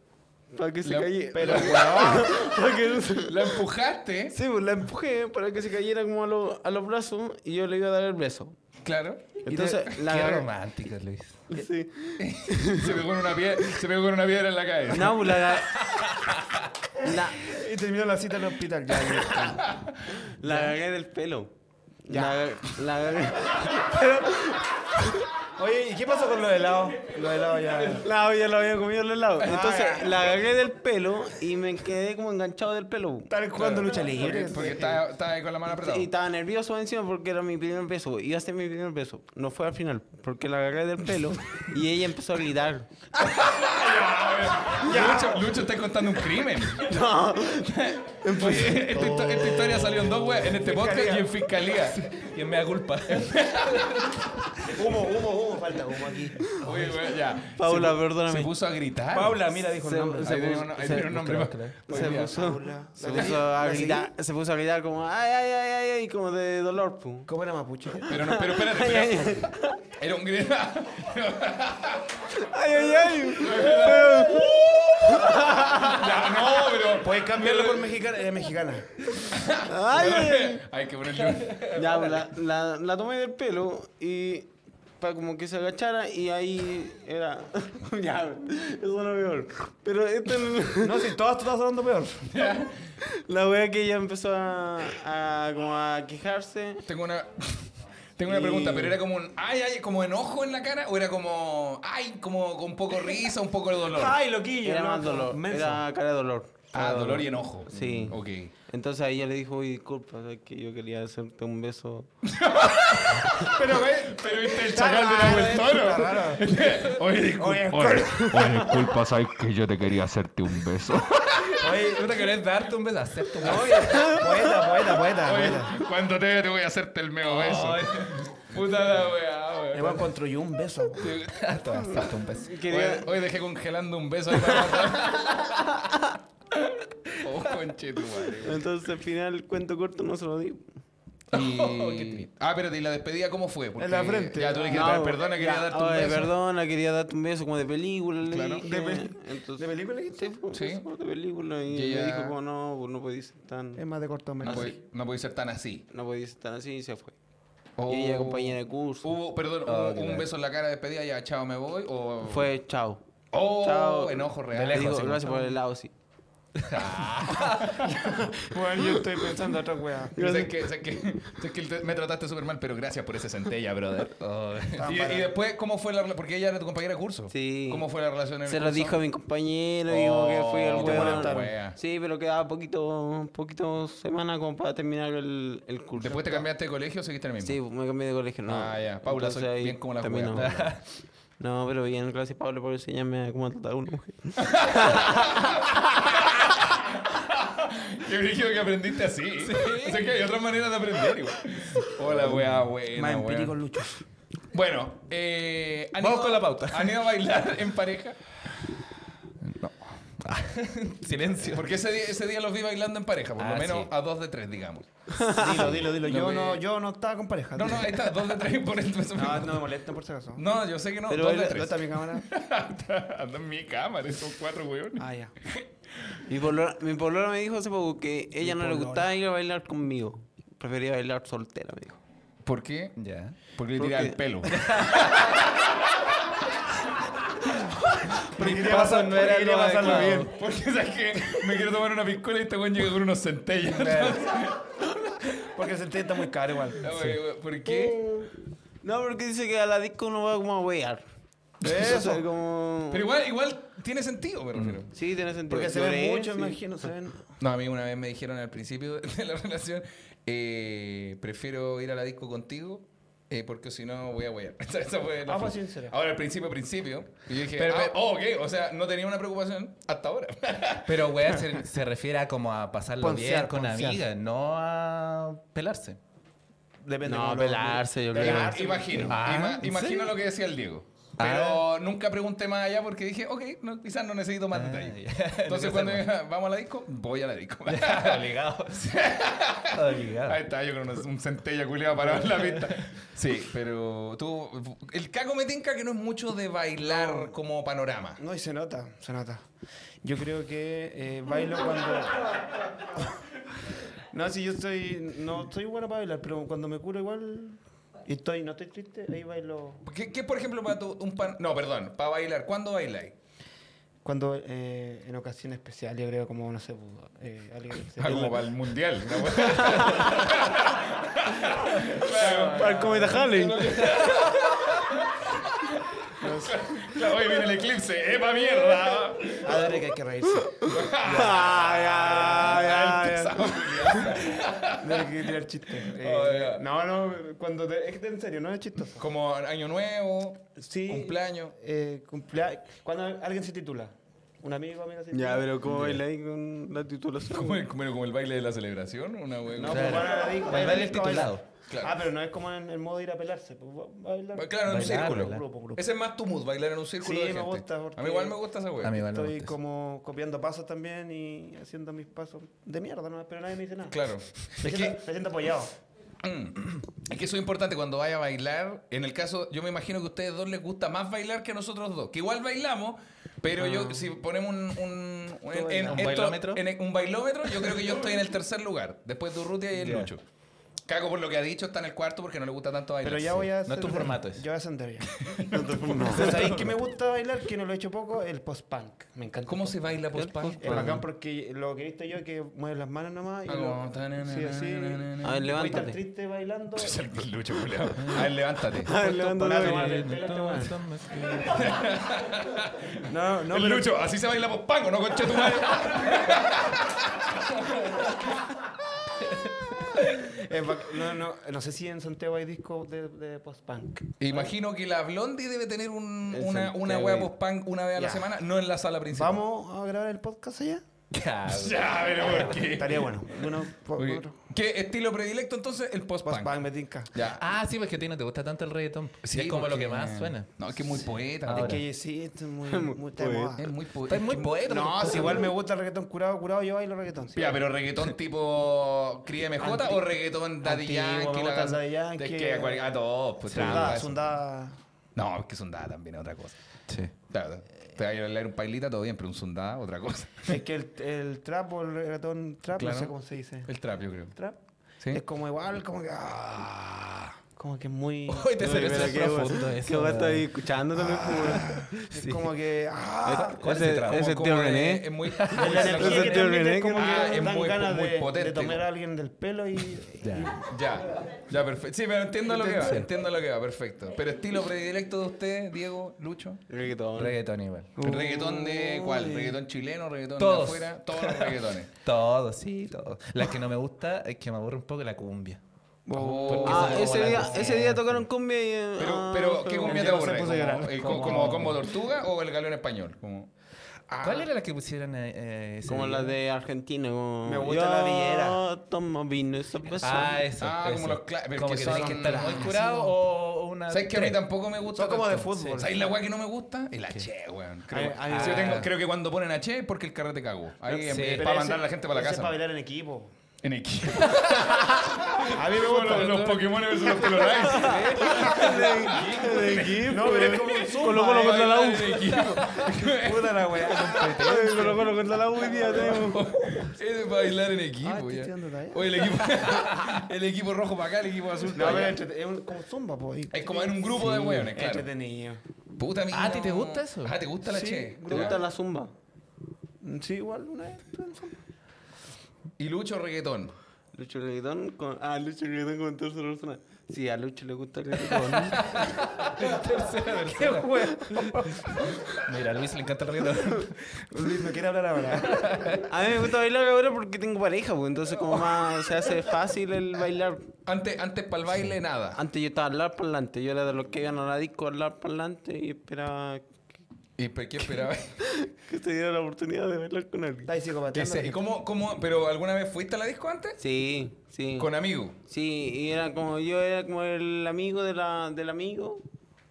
C: para que se
B: La-
C: cayera.
D: Pero, weón.
C: para que,
B: La empujaste,
C: sí, bu, la empujé para que se cayera como a, lo- a los brazos y yo le iba a dar el beso.
B: claro.
C: Entonces la
A: Qué
C: agarré.
A: romántico, Luis.
C: Sí.
B: Se pegó, en una piedra, se pegó con una piedra en la cabeza.
C: No, bu, la agarré. La,
D: Y terminó la cita en el hospital. Ya, ya.
C: la agarré del pelo. La, la agarré.
D: Oye, ¿y qué pasó con los helados? Los helados ya.
C: La, ya la había comido al lado. Entonces
D: ya.
C: la agarré del pelo y me quedé como enganchado del pelo. bu.
D: Están jugando
B: Claro.
D: lucha libre.
B: Eh, Porque, porque estaba, estaba ahí con la mano apretada.
C: Y estaba nervioso encima porque era mi primer beso. Iba a ser mi primer beso. No fue al final porque la agarré del pelo y ella empezó a gritar.
B: Lucho, Lucho está contando un crimen.
C: No. Oh.
B: Oye, esta, histo- esta historia salió en dos weas, en este podcast y en fiscalía.
A: Y él me da culpa.
D: Humo, humo, humo. Falta humo aquí.
B: Oye, wea, ya.
C: Paula,
B: Se
C: perdóname.
B: puso a gritar.
D: Paula, mira, dijo el
C: Se-
D: nombre.
B: Ahí tenemos no- ahí
C: se-
B: tenemos un nombre.
C: Se
B: Oye,
C: puso,
D: Paula.
C: se puso a gritar, se puso a gritar como ay, ay, ay, ay, ay, como de dolor, pu.
D: ¿Cómo era mapuche?
B: Pero, no, pero espérate,
C: Ay, ay,
B: pero-
C: ay,
B: era un grito.
C: ay, ay, ay.
B: Ya, no, pero.
D: Puedes cambiarlo por mexicana. Era eh, mexicana.
C: ay, ay, ay.
B: Hay que ponerle un.
C: Ya, pues, la, la, la tomé del pelo y para como que se agachara y ahí era... ya, eso no peor. Pero esto no-
D: No, si todas tú estás sonando peor.
C: La wea que ella empezó a, a como a quejarse.
B: Tengo una. Tengo una
C: Y-
B: pregunta, pero era como un ay, ay, como enojo en la cara o era como ay, como con un poco risa, un poco de dolor.
D: Ay, loquillo.
C: Era
D: no,
C: más dolor.
D: menso.
C: Era cara de dolor. Cara
B: ah,
C: de
B: dolor y enojo.
C: Sí.
B: Ok.
C: Entonces ahí ella le dijo, "Uy, disculpa, es que yo quería hacerte un beso.
B: Pero ve, pero viste el chacal
D: raro,
B: de
D: eh, está raro.
B: Nahuel Toro. Oye,
D: Oye,
E: Oye, oye, disculpa, sabes que yo te quería hacerte un beso.
D: oye,
A: ¿No te querés darte un beso? Acepto un beso.
D: oye, poeta, poeta, poeta.
B: Oye,
D: poeta.
B: cuando te vea te voy a hacerte el meo beso. Puta la weá, weón.
D: Le voy a construir un beso.
A: Hasta, hasta un beso.
B: Hoy, hoy dejé congelando un beso ahí para matar. Oh, conchetumare. weón.
C: Entonces, al final, cuento corto, no se lo di.
B: Y... ah, espérate, ¿y la despedida cómo fue? Porque
D: En la frente.
B: Ya tú le dijiste,
C: No,
B: perdona, quería
C: ya,
B: darte un
C: oye,
B: beso.
C: Perdona, quería darte un beso como de película. le
B: Claro.
C: dije.
D: ¿De pel-
C: Entonces,
D: de película dijiste?
C: Sí, fue un
B: Sí.
C: beso como de película. Y
B: Y ella-
C: me dijo, como, no, pues, no podía ser
D: Es
B: Em,
C: tan,
D: más de
B: No
D: cortometraje.
B: podí- No podía ser tan así.
C: no podía ser tan así y se fue.
B: Oh. Uh.
C: Y ella, compañera de curso,
B: Hubo, perdón,
A: Ah,
B: hubo
A: qué
B: un
A: tal.
B: beso en la cara de despedida, ya, chao, me voy. O...
C: fue chao.
B: Oh,
C: Chao.
B: enojo
A: De
B: real.
C: Le
A: lejos,
C: digo,
A: así,
C: gracias por el helado, sí.
D: Bueno, yo estoy pensando otra weá.
B: Pero Sé que, sé que, sé que el te- me trataste súper mal, pero gracias por ese centella, brother. Oh. Y, y después, ¿cómo fue la relación? Porque ella era tu compañera de curso.
C: Sí.
B: ¿Cómo fue la relación en el
C: Se lo
B: curso?
C: dijo a mi compañero y como que fui
B: Oh,
C: al
B: te
C: weón.
B: molestaron. Wea.
C: Sí, pero quedaba poquito, poquito semana como para terminar el, el curso.
B: Después te cambiaste de colegio o seguiste en el mismo.
C: Sí, me cambié de colegio, no.
B: Ah, ya. Paula, soy
C: Entonces ahí
B: bien como la
C: también
B: wea.
C: No, pero bien, gracias Paula por enseñarme a cómo tratar a una mujer.
B: Qué brillo que aprendiste así. O sea que hay otras maneras de aprender igual. Hola, weá, buena,
D: Más
B: weá.
D: empírico luchos.
B: Bueno, eh, ¿han
A: Vamos
B: ido-
A: con la pauta.
B: ¿Han ido a bailar en pareja?
A: Silencio.
B: Porque ese día, ese día los vi bailando en pareja, por lo
A: Ah,
B: menos
A: sí.
B: a dos de tres, digamos.
D: Dilo, dilo, dilo.
B: No
D: Yo
B: me-
D: no, yo no estaba con pareja.
B: No, no, ahí está, dos de tres, por eso eso
D: No,
B: mismo.
D: no me molesta por si acaso.
B: No, yo sé que no,
C: Pero
B: dos
C: él-
B: de
D: ¿Dónde
B: tres.
D: está mi cámara?
B: Anda en mi cámara, son cuatro weones.
D: Ah, ya.
C: Mi polora, mi polora me dijo hace poco que ella no le
D: polora.
C: gustaba ir a bailar conmigo. Prefería bailar soltera, me dijo.
B: ¿Por qué?
A: Ya.
B: Porque le
C: Porque-
B: tira el pelo.
A: Mis pasos no eran
D: quería
A: los
D: pasarlo
A: adecuados.
D: bien.
B: Porque, ¿sabes qué? Me quiero tomar una piscola y este weón llega con unos centellas.
D: Porque se está muy caro igual.
B: Ah, wey, wey, ¿Por qué?
C: No, porque dice que a la disco uno va como a wear.
D: Eso.
C: Entonces, como...
B: Pero igual, igual tiene sentido,
A: Mm.
B: me refiero.
C: Sí, tiene sentido.
D: Porque se
C: Por
D: ven
C: eso,
D: mucho,
C: sí.
D: imagino, se ven.
B: No, a mí una vez me dijeron al principio de la relación, eh, prefiero ir a la disco contigo eh, porque si no voy a huear. Esa- esa fue la
D: Ah, fue
B: frase.
D: sincera.
B: Ahora, al principio, principio, y yo dije,
A: Pero-
B: ah,
A: pero-
B: oh, ok, o sea, no tenía una preocupación hasta ahora.
A: Pero weá se, se refiere a como a pasarlo bien
D: Poncear,
A: con
D: poncear.
A: amigas, no a pelarse.
D: Depende
C: No,
D: cómo lo-
C: pelarse, yo creo.
B: Ima- imagino,
A: Ah,
B: ima-
A: ¿en
B: imagino
A: serio? Ah.
B: lo que decía el Diego. Pero nunca pregunté más allá porque dije, ok, no, quizás no necesito más
A: Ah,
B: detalles.
A: ya. No
B: Entonces,
A: quiero
B: cuando
A: saber
B: diga, vamos a la disco, voy a la disco.
A: Obligado. Obligado.
B: Ahí está, yo con un, un centella culiado parado en la pista. Sí, pero tú. El caco me tinca que no es mucho de bailar como panorama.
D: No, y se nota, se nota. Yo creo que eh, bailo cuando. no, si yo estoy. No estoy bueno para bailar, pero cuando me curo igual. Y estoy, no estoy triste, ahí bailo.
B: ¿Qué, qué, por ejemplo, para tu- un pan. No, perdón, para bailar. ¿Cuándo bailáis?
D: Cuando eh, en ocasión especial, yo creo, como no sé, eh, algo que se-
B: Ah, como para el mundial. ¿no? Claro,
D: Para el cometa Halley.
B: claro, hoy viene el eclipse. ¡Epa, mierda!
D: Adore que hay que reírse.
B: Pesado, culiao.
D: No hay que tirar chistes. Eh,
B: Oh, ya.
D: No, no, cuando te- es que en serio, no es chistoso.
B: Como año nuevo,
D: Sí.
B: cumpleaños.
D: Eh, cumplea- Cuando alguien se titula. Un amigo, amiga se titula.
C: Ya, pero ¿cómo baila ahí con la titulación?
B: Como el, como el- como el baile de la celebración, una wea.
D: No,
A: Claro.
D: pues van a la disco,
A: Bailar
D: van a la
A: el
D: disco a bailar.
A: titulado.
B: Claro.
D: Ah, pero no es como en el modo de ir a pelarse. Pues va- va a bailar.
B: Claro, en un
A: Bailar,
B: círculo.
A: bailar.
D: Grupo, grupo.
B: Ese es más tu mood, bailar en un círculo
D: Sí,
B: de
D: me
B: gente.
D: gusta, porque-
B: A mí igual me gusta esa wea.
A: A mí igual me
D: Estoy
A: gusta eso.
D: como copiando pasos también y haciendo mis pasos de mierda, ¿no? pero nadie me dice nada.
B: Claro.
D: Me,
B: Es
D: siento,
B: que,
D: me siento apoyado.
B: es que eso es importante cuando vaya a bailar. En el caso, yo me imagino que a ustedes dos les gusta más bailar que a nosotros dos. Que igual bailamos, pero
D: Ah.
B: yo, si ponemos un, un, un- en- en
A: ¿Un
B: esto-
A: bailómetro?
B: en el- un bailómetro, yo creo que yo estoy en el tercer lugar. Después de Urrutia y el
A: Ya.
B: Lucho. Cago por lo que ha dicho, está en el cuarto porque no le gusta tanto bailar.
D: Pero ya voy a.
A: No es tu
D: ascender.
A: formato ese.
D: Yo voy a ascender ya. Pero ¿Sabéis que me gusta bailar? Que no lo he hecho poco, el post-punk. Me encanta.
B: ¿Cómo se baila post-punk?
D: Es bacán porque lo que he visto yo es que mueves las manos nomás y.
B: Ah,
D: lo-
B: como-
D: Sí, así.
B: A
C: ver,
D: Voy
C: levántate.
D: tan triste bailando.
B: El Lucho, culiao. A ver, levántate.
D: este No, no,
B: el
D: pero.
B: Lucho, así se baila post-punk, ¿o ¿no, concha tu madre?
D: es bac- No, no, no sé si en Santiago hay discos de, de post-punk.
B: Imagino que la Blondie debe tener un-
C: El
B: una, una
C: Santiago
B: wea
C: y-
B: post-punk una vez a la
D: Ya.
B: semana, no en la sala principal.
D: ¿Vamos a grabar el podcast allá?
A: Ya,
B: Ya, pero ¿por qué?
D: Estaría bueno. Uno por
B: Ok.
D: otro.
B: ¿Qué estilo predilecto entonces? El
D: Post
B: post-punk.
D: bang me tinca.
B: Ya.
A: Ah, sí, pues que a ti no te gusta tanto el reggaetón. Sí, es como lo
B: porque-
A: que más suena.
B: No, es que es muy poeta.
A: Ahora.
B: Es que
D: Que sí, esto es muy, muy está de moda.
B: es muy poeta.
A: Estás muy poeta.
D: No,
A: pues,
D: si igual me gusta el reggaetón curado, curado, yo bailo reggaetón. sí.
B: Ya, pero reggaetón tipo Cría MJ o reggaetón Daddy
D: antiguo, me
B: Yankee.
D: gusta
B: la-
D: Daddy Yankee.
B: Es que a cual- a todos. Pues,
D: Sundada,
B: te-
D: sundada.
B: No, es que sundada también es otra cosa.
A: Sí.
B: Claro, te va a bailar un pailita, todo bien, pero un sundada, otra cosa.
D: Es que el, el trap o el reggaetón trap,
B: Claro.
D: no sé cómo se dice.
B: El trap, yo creo.
D: Trap.
B: Sí.
D: Es como igual, como que. ah, como que es muy.
A: Hoy te salió
C: Pero
A: tan
C: qué
A: profundo
C: bueno.
A: eso.
C: Qué bueno,
A: weón.
C: estoy escuchando también. pues.
D: Ah. Es
C: Sí.
D: como que. ah,
B: ¿Cuál
C: Ese-
B: el trap?
C: ese
B: Como-
C: tío
B: como
C: René.
B: Es, es muy.
D: la energía que
C: Ese tío
D: transmite
C: René
D: es como
B: que-
D: que
B: Ah, es
D: dan
B: muy-
D: ganas
B: muy
D: de,
B: potente.
D: de tomar a alguien del pelo y.
A: Ya.
B: Ya, ya, perfecto. Sí, pero entiendo lo que va, entiendo lo que va, perfecto. Pero estilo predilecto de usted, Diego, Lucho.
C: Reggaetón.
A: Reggaetón igual.
B: ¿Reggaetón de cuál? ¿Reggaetón chileno? ¿Reggaetón de
A: Todos.
B: afuera? Todos los reggaetones.
A: Todo, sí, todo. La que no me gusta es que me aburre un poco la cumbia.
B: Oh,
C: Ah,
A: Esa
C: ese
A: bola
C: día,
A: de
C: ese día
A: gente.
C: tocaron cumbia y... eh,
B: Pero,
C: ah,
B: pero ¿qué cumbia te
D: Diego se
B: aburre?
D: puso a
B: ¿Como,
D: llorar.
B: el- como,
A: Como-
B: combo tortuga o el galeón español? Como-
D: Ah.
A: ¿Cuál era la que pusieron eh, eh, ese
C: Como
A: día?
C: la de Argentina. Como...
D: Me gusta la
C: Yo
D: villera.
C: tomo vino y cerveza.
A: Ah, eso.
B: Ah,
A: eso.
B: como los cla- pero
A: Como
B: que
A: que tenés
B: son
A: que estar muy
B: clásicos.
A: curado o una.
B: ¿Sabes que a mí
A: tres.
B: tampoco me gusta?
D: Son como
B: tanto?
D: de fútbol.
B: ¿Sabes la weá que no me gusta? El H, weón. Creo,
D: Ay, ay,
B: Sí, yo tengo-
A: ah.
B: creo que cuando ponen H es porque el carrete cagó. Ahí
A: Sí,
B: es
A: pero
B: para mandar a la gente para la
D: Es para
B: casa.
D: bailar en equipo.
B: En equipo.
D: A mí me gusta.
B: los, Pokémon versus los Pelorines.
D: En equipo. No, pero es como un Zumba.
C: Colo Colo
D: eh.
C: contra la U.
B: En equipo.
D: Puta la weá.
C: Colo Colo contra la U hoy día tenemos.
B: Es bailar en equipo.
D: Ah, estoy
B: ya.
D: tirando talla.
B: Oye, el equipo, el equipo rojo para acá, el equipo azul
D: No,
B: para
D: pero
B: allá.
D: entrete- es un- como zumba, pues.
B: Es como en un grupo de hueones, claro.
D: Entretenido.
B: Puta mía.
A: Ah, ¿a ti te gusta eso?
B: Ah, ¿te gusta la
D: Sí,
B: che?
D: me
C: ¿Te
B: Ya.
C: gusta la zumba?
D: Mm, Sí, igual una vez. estuve en zumba.
B: Y Lucho reggaetón.
C: Lucho Reggaetón con... Ah, Lucho Reggaetón con tercera persona. Sí, a Lucho le gusta el reggaetón.
A: Tercera persona. Mira, a Luis le encanta el reggaetón.
D: Luis, me quiere hablar ahora.
C: a mí me gusta bailar ahora porque tengo pareja, pues. Entonces como más se hace fácil el bailar.
B: Antes, antes para el baile, nada.
C: Antes yo estaba al lado parlante. Yo era de los que iban a la disco al lado parlante y esperaba
B: ¿Y por qué esperaba?
C: que se diera la oportunidad de bailar con alguien.
D: Está ahí psicopatía.
B: ¿Qué sé? ¿Y cómo, cómo? ¿Pero alguna vez fuiste a la disco antes?
C: Sí, sí.
B: Con amigos.
C: Sí, y era como yo era como el amigo de la, del amigo.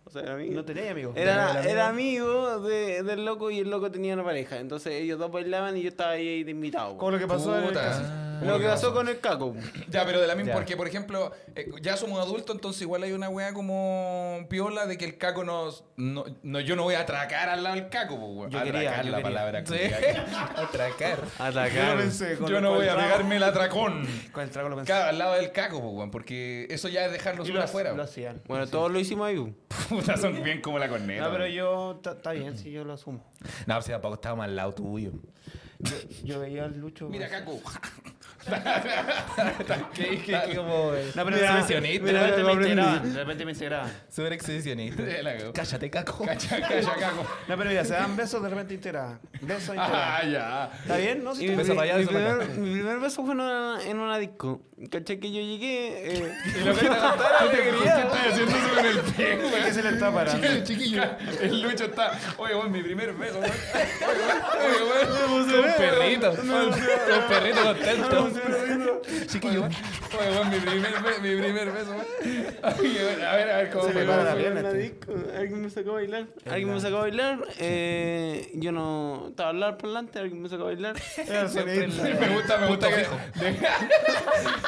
C: O sea, el amigo.
D: No tenéis, amigo.
C: Era, era amigo de- del loco y el loco tenía una pareja. Entonces ellos dos bailaban y yo estaba ahí de invitado.
D: Como lo que pasó en el
B: Puta.
D: caso.
B: ¿Cómo
C: Lo que pasó con el caco.
B: Ya, pero de la misma,
A: Ya.
B: porque por ejemplo, eh, ya somos adultos, entonces igual hay una weá como piola de que el caco nos. No, no, yo no voy a atracar al lado del caco, pues, weón.
D: Yo
B: atracar
D: quería, yo
B: la
D: quería.
B: palabra.
A: Sí.
B: culiá.
A: Atracar.
D: Yo
C: Atacar.
D: lo pensé, con-
B: Yo no
D: con
B: voy
D: el
B: a
D: trago-
B: pegarme el atracón.
D: Con el trago lo pensé.
B: Claro, al lado del caco, pues, weón, porque eso ya es dejarlo
D: Y
B: solo
D: lo,
B: afuera.
D: lo hacían.
C: Bueno, todos lo hicimos ahí. bu.
B: Puta, son bien como la corneta.
D: No, pero
B: weón.
D: yo. ta- Está bien, sí, yo lo asumo.
A: No, pues tampoco estaba mal al lado tuyo.
D: Yo, yo veía al Lucho.
B: Mira, caco.
A: ¿Qué, qué, qué Ah, como. eh,
D: No, pero
A: mira,
D: mira,
A: exhibicionista.
D: de repente me
C: aprendí.
D: integraban. De repente me integraban.
A: Súper exhibicionista.
B: Sí, la cago.
A: Cállate, caco.
B: Cacha, cacha, caco.
D: No, pero mira, se dan besos, de repente integraban. Besos,
B: Ah,
D: integraban.
B: ya.
D: ¿Está bien? No,
C: Y
D: si
C: mi,
D: tú-
A: Beso rayado,
C: mi
A: beso
C: primer,
A: rayado.
C: mi primer beso fue en una, en una disco. ¿Cachai? Que yo llegué. eh,
B: Y lo que te contara, ¿Qué estás haciendo eso con el pie, güey?
D: que se le está parando.
B: El chiquillo, el Lucho está. Oye, güey, mi primer beso, güey. Oye, güey.
A: Un perrito. Un perrito contento.
B: Chiquillo. Oye, güey, mi primer, be- mi primer beso, güey. Oye, güey, A ver, a ver cómo
D: Se
B: fue.
D: le para la
B: cómo fue.
D: pierna.
C: en la disco. Alguien me sacó a bailar. Alguien me sacó a bailar. eh, yo no estaba al lado parlante. Alguien me sacó a bailar.
D: Era sonidista.
B: Me gusta, me gusta que.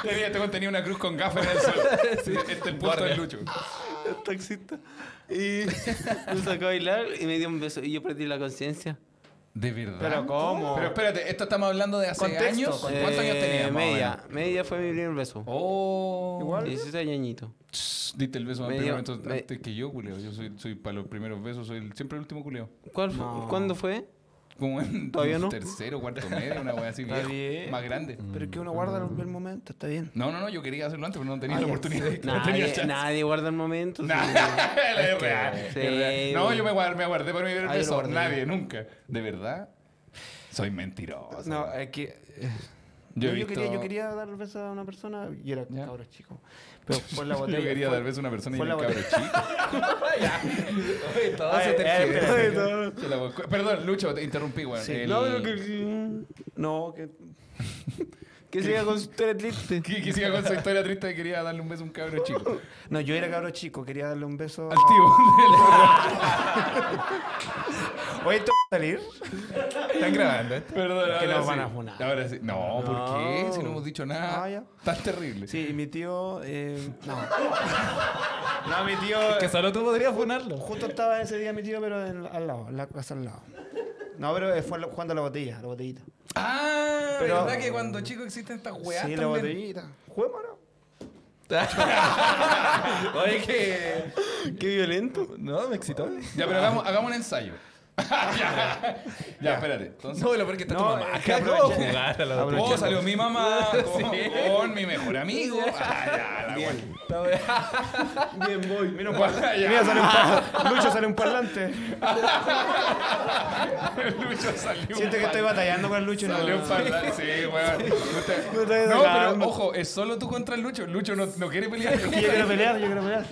B: Tenía, tengo- tenía una cruz con gafas en el sol. Este es el punto del Lucho.
C: el taxista. Y me sacó a bailar y me dio un beso. Y yo perdí la conciencia.
B: De verdad.
D: Pero ¿cómo?
B: Pero espérate, esto estamos hablando de hace
D: Contexto,
B: años.
D: contexto.
B: ¿Cuántos años
C: Eh,
B: tenías? más o menos?
C: Media. Media fue mi primer beso.
B: Oh.
D: Igual.
C: 16 añitos.
B: Tss, Diste el beso más
C: Me
B: primero
C: dio-
B: entonces,
C: me-
B: antes que yo, culeo. Yo soy, soy para los primeros besos, soy el- siempre el último culeo.
C: ¿Cuál fue-
D: No.
C: ¿Cuándo fue?
B: Como en
C: Todavía no.
B: tercero, cuarto medio, una wea así
D: Está
B: viejo,
D: bien.
B: más grande.
D: Pero es que uno guarda el, el momento, está bien.
B: No, no, no, yo quería hacerlo antes, pero no tenía
D: Ah,
B: la
D: ya,
B: oportunidad. No tenía
C: Nadie,
B: chance.
C: nadie guarda el momento.
B: Nah,
C: sí.
B: es real,
C: sí,
B: es real. No,
C: güey.
B: yo me guardé, me guardé para mi primer
D: Ah, yo lo
B: beso.
D: guardé.
B: Nadie, nunca. ¿De verdad? Soy mentiroso.
D: No, es que. eh,
B: Yo
D: Yo,
B: he
D: yo quería,
B: visto-
D: yo quería dar besos a una persona y era
B: Ya.
D: cabro chico. Pero por la
B: Yo
D: botella.
B: quería
D: fue-
B: dar beso a una persona y
D: fue
B: era
D: la
B: un cabro
D: botella.
B: chico.
A: Oye, todo se te
B: Se la volcó. Perdón, Lucho, te interrumpí, weón.
D: Sí.
B: El-
D: No, pero que. No, que.
C: Que siga con su historia triste.
B: que, que siga con su historia triste de quería darle un beso a un cabro chico.
D: No, yo era cabro chico, quería darle un beso.
B: Al tío.
D: Oye, ¿esto va a salir?
B: Están grabando, Perdón,
D: Que
B: ahora
D: nos
B: sí.
D: van a funar.
B: Ahora sí. No, ¿por qué? Si no hemos dicho nada.
D: Ah, ya.
B: Tan terrible.
D: Sí, y mi tío. eh, no. No, mi tío. eh,
A: Que solo tú podrías funarlo.
D: Justo estaba ese día mi tío, pero en- al lado, en la casa al lado. No, pero eh, fue la- jugando a la botella, la botellita.
B: Ah,
D: Pero-
B: ¿verdad que cuando chicos existen estas weas
D: sí, la
B: también?
D: botellita. Juguemos, ¿no?
A: Oye, que.
C: Qué violento.
A: No, me excitó.
B: Ya, pero hagamos, hagamos un ensayo. ya, ya, espérate. Entonces,
A: No, lo peor que está tu
D: No,
A: mamá.
D: es que
A: Acá, ¿cómo
D: aprovecha-
A: jugar a la
B: oh,
D: aprovechando.
B: salió mi mamá con, con mi mejor amigo. Ah, ya, la wea.
A: puta wea?
D: Bien, voy. Mira, un par-
B: Ah, ya.
D: mira, sale un par- Lucho sale un parlante.
B: Lucho salió.
D: Siento que
B: pal-
D: estoy batallando con el Lucho. No,
B: Salió un pal- Sí, weón. Puta.
D: No te
B: No, pero
D: sacando.
B: ojo, es solo tú contra el Lucho. Lucho no, no quiere pelear.
D: Yo quiero pelear, yo quiero pelear.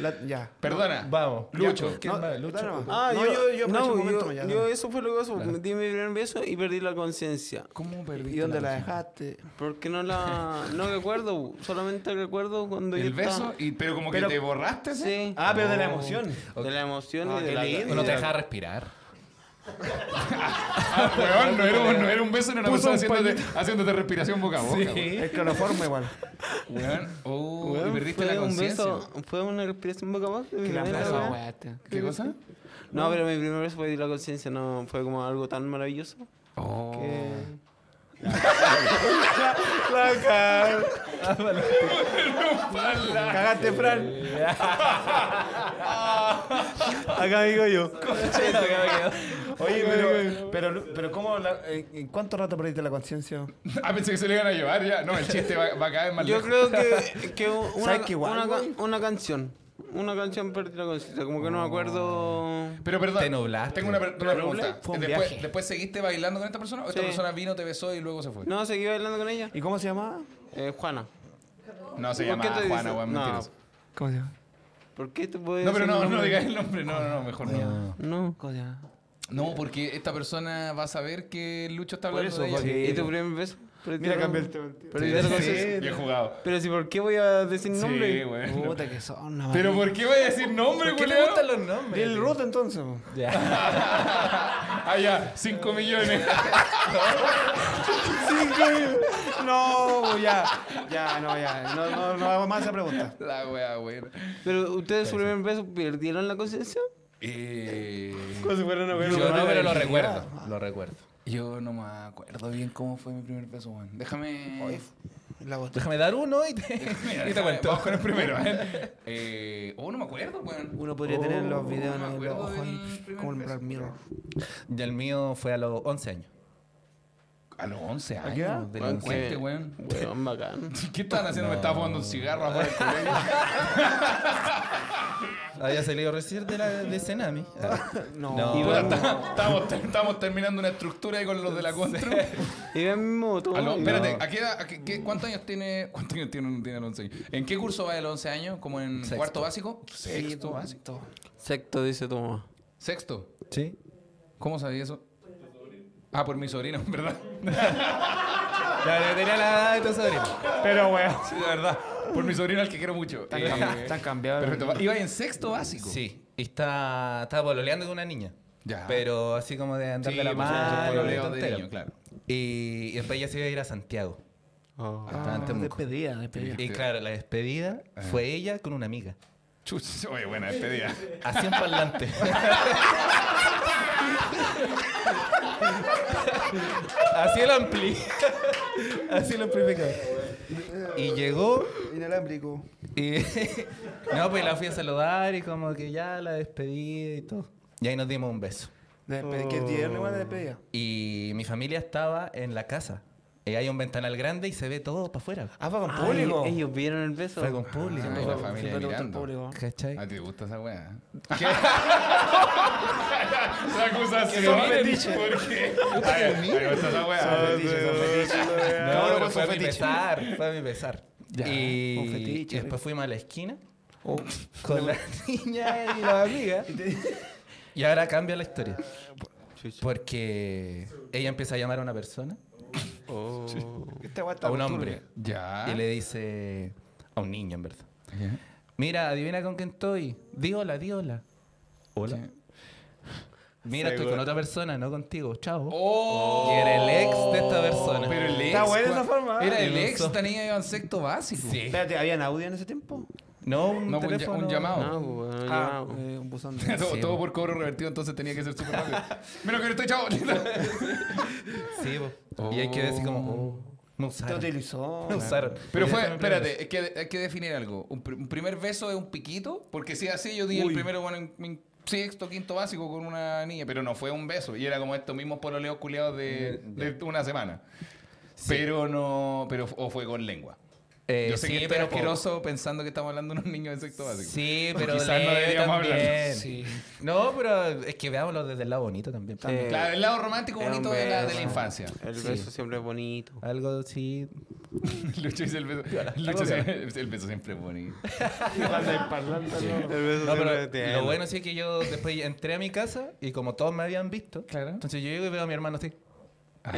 D: La- ya. pues,
B: Perdona.
A: Vamos.
B: Lucho.
A: ¿Quién va? Lucho.
D: dale nomás.
C: Ah,
D: no,
C: yo,
D: yo, yo aprovecho
C: no,
D: el momento.
C: yo,
D: ya,
C: yo
D: no.
C: eso fue lo que pasó. Me Di mi primer beso y perdí la conciencia.
B: ¿Cómo perdiste?
D: ¿Y dónde la dejaste?
C: Porque no la. No recuerdo, solamente recuerdo cuando yo.
B: El
C: estaba-
B: beso, y, pero como
D: Pero-
B: que te borraste, ¿sí?
C: Sí.
D: Ah, pero de la emoción.
C: De la emoción
D: Ah,
C: y de
D: qué
C: la.
D: lindo.
C: y
A: No te
C: de la-
A: deja respirar.
B: Ah, weón, no era, un, no era un beso, era una
D: Puso
B: persona
D: un
B: haciéndote, haciéndote respiración boca a boca. weón.
D: El cloroformo igual.
B: Weón, oh,
C: Weón,
B: y perdiste
C: fue
B: la
C: un
B: conciencia.
C: beso- Fue una respiración boca a boca. mi
D: la
C: primera
D: pasó,
C: vez.
D: weón.
B: ¿Qué cosa?
C: No, pero mi primer beso fue la conciencia, no fue como algo tan maravilloso.
D: Oh.
C: que-
D: La ca- Cagaste, Fran. Acá digo yo. Oye, pero, pero, pero ¿cómo la- eh, ¿en cuánto rato perdiste la conciencia?
B: Ah, pensé que se le iban a llevar ya. No, el chiste va, va a caer más
C: Yo
B: lejos.
C: creo que, que una,
D: ¿Sabes qué igual,
C: una,
D: güey?
C: ca- una canción. Una canción perdí la conciencia, como que no me acuerdo.
B: Pero perdón,
A: Te nublaste.
B: tengo una, per- una pregunta.
D: Fue un
B: Después,
D: viaje.
B: ¿Después seguiste bailando con esta persona o esta
C: Sí.
B: persona vino, te besó y luego se fue?
C: No, seguí bailando con ella.
D: ¿Y cómo se llamaba?
C: Eh, Juana.
B: No, se
C: ¿Por
B: llama
C: qué te
B: Juana,
C: dices?
B: weón,
C: No.
B: mentiroso.
D: ¿Cómo se llama?
C: ¿Por qué te puedes
B: No, pero no, no digas el nombre. No, no, no, mejor no.
C: No.
D: ¿Cómo se llama?
B: No, porque esta persona va a saber que Lucho está
D: Por
B: hablando
D: eso,
B: de ella.
D: porque-
C: ¿Y tu primer beso? Perdí
D: Mira,
C: la-
D: cambié el tema. tío.
C: Perdí la conciencia.
B: Bien jugado.
C: Pero si, ¿por qué voy a decir nombre?
B: Sí, weón.
D: Puta que son, una
B: Pero
D: maravilla.
B: ¿por qué voy a decir nombre,
A: ¿Por qué
B: güey?
A: le gustan los nombres?
D: pues, Del root entonces. po.
A: Ya.
B: Ah, ya, 5 millones.
D: No, po, ya. Ya, no, ya. No, no, no hago más esa pregunta.
B: La wea, güey.
C: Pero ustedes su primer beso perdieron la conciencia.
B: Eh,
D: Como si fuera una
A: Yo no, pero lo recuerdo. Lo recuerdo.
B: yo no me acuerdo bien cómo fue mi primer beso, weón. Déjame.
D: La botella.
A: Déjame dar uno y te,
B: Mira,
A: y te
B: déjame-
A: cuento.
B: Vamos con el primero, ¿eh? eh oh, no me acuerdo, weón. Oh,
D: Uno podría tener los
B: no
D: videos
B: me
D: en los
B: acuerdo
D: ojos
B: del
D: ahí,
B: primer
D: como el
B: beso.
D: Black Mirror.
A: Y el mío fue a los 11 años.
B: A los 11
D: qué edad?
B: años. Delincuente, weón.
C: Weón, bacán.
B: ¿Qué estaban haciendo? Me estaba fumando un cigarro afuera del colegio.
A: Había salido recién de, la, de Cenami.
D: No.
A: No.
C: Iba,
A: Puta,
B: Estábamos, estábamos terminando una estructura ahí con los de la contra.
C: iba en mi moto.
B: Aló,
C: y-
B: espérate, ¿a qué edad- a qué- qué- ¿cuántos años tiene, cuántos años tiene, tiene el 11 años? ¿En qué curso va el 11 años? ¿Como en
A: Sexto. pues,
B: cuarto básico? Sexto
D: po.
B: básico.
C: Secto, dice tu mamá.
B: Sexto.
A: Sí.
B: ¿Cómo sabía eso? Ah, por mi sobrino, ¿verdad?
A: Ya, tenía la edad de tu sobrino.
D: Pero, weón.
B: Sí, de verdad. Por mi sobrino al que quiero mucho.
D: Están,
B: Eh,
D: cambi- están cambiados.
B: perfecto. Iba en sexto básico.
A: Sí. Y está, estaba pololeando con una niña.
B: Ya.
A: Pero así como de andar
B: Sí,
A: de la
B: pues, esos
A: mano.
B: pololeos de
A: tontera.
B: niño, claro.
A: Y, y después ella se iba a ir a Santiago. Estaba en
D: Ah,
A: Temuco.
D: despedida, despedida.
A: Y claro, la despedida fue ella con una amiga.
B: Chus, oye, buena este despedida.
A: Así en parlante. Así el ampli. Así lo amplificado. Y llegó
D: Inalámbrico.
A: y... No, pues la fui a saludar y como que ya la despedí y todo. Y ahí nos dimos un beso.
B: Oh.
D: Despe- Qué tierno igual de despedida.
A: Y mi familia estaba en la casa. eh, hay un ventanal grande y se ve todo para afuera.
D: Ah, fue con
C: Ay,
D: público.
C: ellos vieron el beso.
A: Fue con público.
B: Ay, la familia
D: siempre te gusta el
B: mirando.
D: público.
A: ¿Cachai?
B: ¿A ti te gusta esa weá? ¿Qué? La acusación.
D: son fetiches.
B: ¿Por qué? Ay, Me gusta esa weá.
A: No,
D: Eh, Ahora
A: pero fue
D: con su
A: a mi
D: fetiche.
A: pesar, fue a mi pesar. y
D: un fetiche,
A: después fuimos a la esquina con la niña y las amigas. y ahora cambia la historia.
B: Ah,
A: Porque ella empieza a llamar a una persona,
D: Este weá está
A: a un
D: muy
A: hombre,
B: Ya.
A: y le dice a un niño en verdad.
B: Ya.
A: Mira, adivina con quién estoy. Di hola, di hola. Hola. Mira, estoy con otra persona, no contigo. Chao.
B: ¡Oh!
A: Y era el ex de esta persona.
B: Pero el ex.
D: Está buena
B: ¿cuál-
D: esa forma,
B: Era
A: ¿eh?
B: el
A: Me
B: ex,
A: gustó.
B: esta niña iba en sexto básico.
A: Sí.
D: Espérate, ¿habían audio en ese tiempo?
A: No, un,
B: No, un ll-
A: teléfono.
B: un llamado.
C: No, weón,
D: Ah,
C: ya.
D: eh, un buzón. de-
B: Todo,
A: Sí,
B: todo
A: po.
B: por cobro revertido, entonces tenía que ser súper rápido. Menos que no estoy chavo.
A: Sí, po. Y hay que decir como, oh, me
D: Te
A: usaron.
D: utilizó.
A: Me usaron.
B: Pero
A: Y
B: fue,
A: ese mi primer
B: espérate, es que hay que definir algo. Un, pr- un primer beso es un piquito, porque si así yo di el primero bueno, en, en sexto, quinto básico con una niña, pero no fue un beso. Y era como estos mismos pololeos culiados de, de una semana. Pero no, pero f- o fue con lengua.
A: Eh,
B: yo sé
A: sí,
B: que estoy
A: pero
B: asqueroso pensando que estamos hablando de unos niños de sexto básico.
A: Sí, pero
B: Quizás no
A: leve
B: deberíamos hablarlo.
A: también.
B: Sí.
A: No, pero es que veámoslo desde el lado bonito también.
C: Eh,
B: Claro, el lado romántico
C: es un
B: bonito de la, de la
C: beso.
B: infancia.
C: El
A: Sí.
C: beso siempre es bonito.
A: Algo así.
B: Lucho dice el beso. Lucho
A: algo
B: dice, el beso siempre es bonito.
C: El beso
A: No,
C: siempre
A: pero
C: es tierno.
A: lo bueno sí es que yo después entré a mi casa y como todos me habían visto,
B: Claro.
A: entonces yo llego y veo a mi hermano así.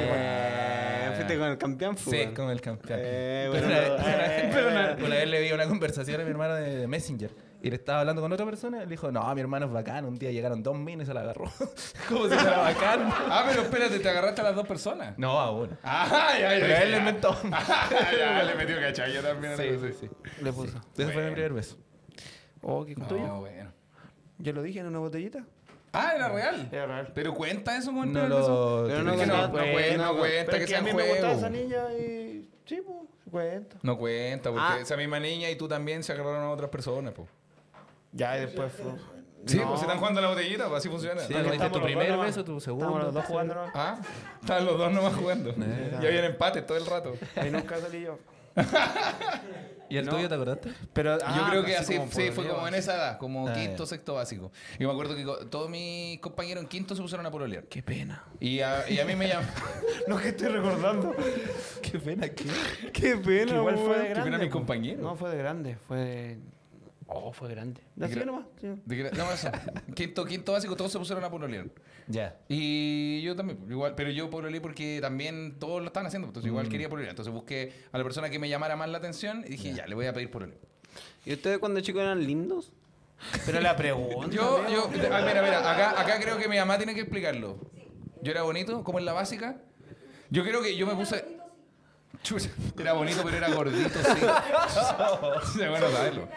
C: Eh, fuiste con el campeón,
A: Sí,
C: fue.
A: con el campeón.
C: Eh,
A: Pero
C: bueno,
A: una, vez- una vez-
C: eh,
A: pero una- una vez le vi una conversación a mi hermano de, de Messenger y le estaba hablando con otra persona y le dijo, no, mi hermano es bacán, un día llegaron dos minas y se la agarró. Como si fuera bacán.
B: Ah, pero espérate, te agarraste a las dos personas.
A: No, a uno.
B: Ay, ay,
A: Pero
B: ay,
A: él le
B: ya.
A: inventó.
B: Ah, ya, le metió cachai, yo también.
A: Sí, sí, sí.
D: Le puso.
A: Ese fue mi primer beso.
D: Oh, qué
B: No,
D: tuyo.
B: bueno.
D: Yo lo dije en una botellita.
B: Ah, era real.
D: Era real.
B: Pero cuenta eso con
A: No
B: el beso.
A: lo...
C: Pero
B: Es que no, no,
C: Pues,
B: cuenta,
C: no,
B: no cuenta
D: Pero
B: que,
D: es que
B: sea
D: a mí
B: un
D: me gustaba esa
B: juego.
D: niña y... Sí, pues, cuento.
B: No cuenta, porque
C: Ah.
B: esa misma niña y tú también se agarraron a otras personas, po.
D: Ya, y después fue...
B: Sí, pues se están jugando a la botellita, pues así funciona.
A: Sí,
B: Ah,
A: me dijiste
D: estamos
A: tu
D: los
A: primer
D: dos
A: beso, tu
D: Estábamos
A: segundo.
D: los dos jugando, ¿no?
B: Ah, están los dos nomás jugando. Y había empate todo el rato.
D: Ahí nunca salí yo.
A: ¿Y el tuyo te acordaste?
D: Pero...
B: Yo creo que así, sí, fue como en esa edad, como
A: Ah,
B: quinto,
A: ya.
B: sexto básico. Y me acuerdo que co- todos mis compañeros en quinto se pusieron a pololear.
D: Qué pena.
B: Y a, y a mí me llamó.
D: No, que estoy recordando.
A: Qué pena, qué.
C: Qué
D: Que
C: pena,
D: igual fue de
B: qué pena
D: grande.
B: mi
D: po.
B: compañero.
D: No, fue de grande. Fue de... Oh, fue grande. Así
B: Gra-
D: nomás. sí.
B: De que- no, eso. quinto, quinto básico, todos se pusieron a pololear.
A: Ya.
B: Y yo también, igual, pero yo pololeé porque también todos lo estaban haciendo, entonces igual quería pololear. Entonces busqué a la persona que me llamara más la atención y dije, ya, le voy a pedir pololeo.
C: ¿Y ustedes cuando chicos eran lindos?
D: Pero la pregunta...
B: Yo, yo, ah, mira, mira, acá, acá creo que mi mamá tiene que explicarlo. Yo era bonito, como en la básica. Yo creo que yo me puse. Chucha, era bonito, pero era gordito, sí. Es bueno saberlo.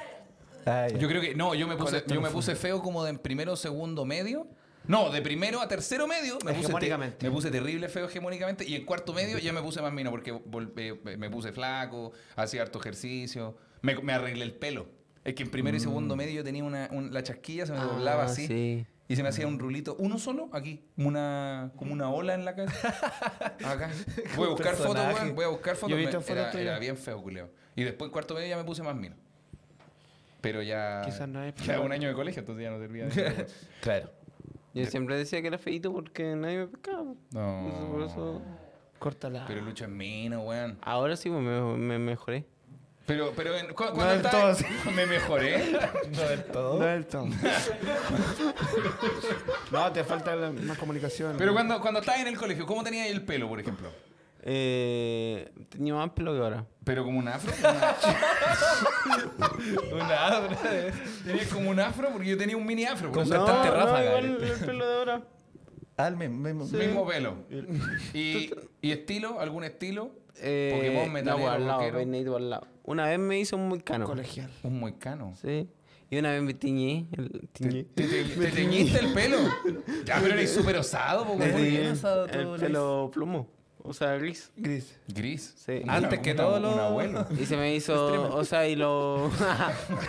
A: Ay,
B: Yo creo que. No, yo me puse, yo me puse feo como de en primero, segundo, medio. No, de primero a tercero medio me puse, te-
D: Hegemónicamente.
B: me puse terrible feo hegemónicamente y en cuarto medio ya me puse más mino porque vol- eh, me puse flaco, hacía harto ejercicio, me, me arreglé el pelo. Es que en primero y
D: Mm.
B: segundo medio yo tenía una, un- la chasquilla,
D: Ah,
B: se me doblaba así
C: sí.
B: y se me
D: Mm.
B: hacía un rulito, uno solo, aquí, como una, como una ola en la cabeza. Acá. Voy a buscar fotos,
A: personaje.
B: weón, voy a buscar
D: Yo
B: fotos.
D: he
B: Me-
D: visto fotos
B: era,
D: tuyas.
B: era bien feo, culeo. Y después en cuarto medio ya me puse más mino. Pero ya.
D: Quizás no es
B: Ya
D: peor.
B: un año de colegio, entonces ya no servía. de nada.
A: Claro.
C: Yo siempre decía que era feito porque nadie me pescaba. Entonces, Pues por
B: no.
C: eso... ah.
D: Córtala.
B: Pero Lucho es mino, weón.
C: Ahora sí pues, me, me mejoré.
B: Pero, pero en, cu- cuando
D: del
B: estaba-
D: todo,
B: me mejoré.
A: No del todo.
D: No, Elton. no, te falta la- más comunicación.
B: Pero cuando, cuando estabas en el colegio, ¿cómo tenías el pelo, por ejemplo?
C: Eh, tenía más pelo que ahora.
B: ¿Pero como un afro? Una-
A: Una abra.
B: ¿Tenías como un afro? Porque yo tenía un mini afro. por
A: Como
B: eso
A: No,
B: estás
A: no,
B: terrafa,
C: igual el pelo de ahora.
A: Ah, me, me, me-
B: Mismo pelo. ¿Y, y estilo? ¿Algún estilo?
C: Eh,
B: Pokémon, metalero,
C: no, al lado,
B: rockero.
C: peinadito al lado. Una vez me hice un muy cano.
D: Colegial.
B: Un moicano.
C: Sí. Y una vez me tiñí. el- tiñí.
B: ¿Te, te- te teñiste el pelo? Ya, pero eres súper osado, po,
A: me-
B: weón.
A: me- me-
C: El pelo plomo. O sea, gris.
D: Gris.
B: Gris.
C: Sí.
B: Una-
A: Antes que
B: una-
A: todo
B: un
A: lo-
B: abuelo.
C: Y se me hizo, o sea, y lo...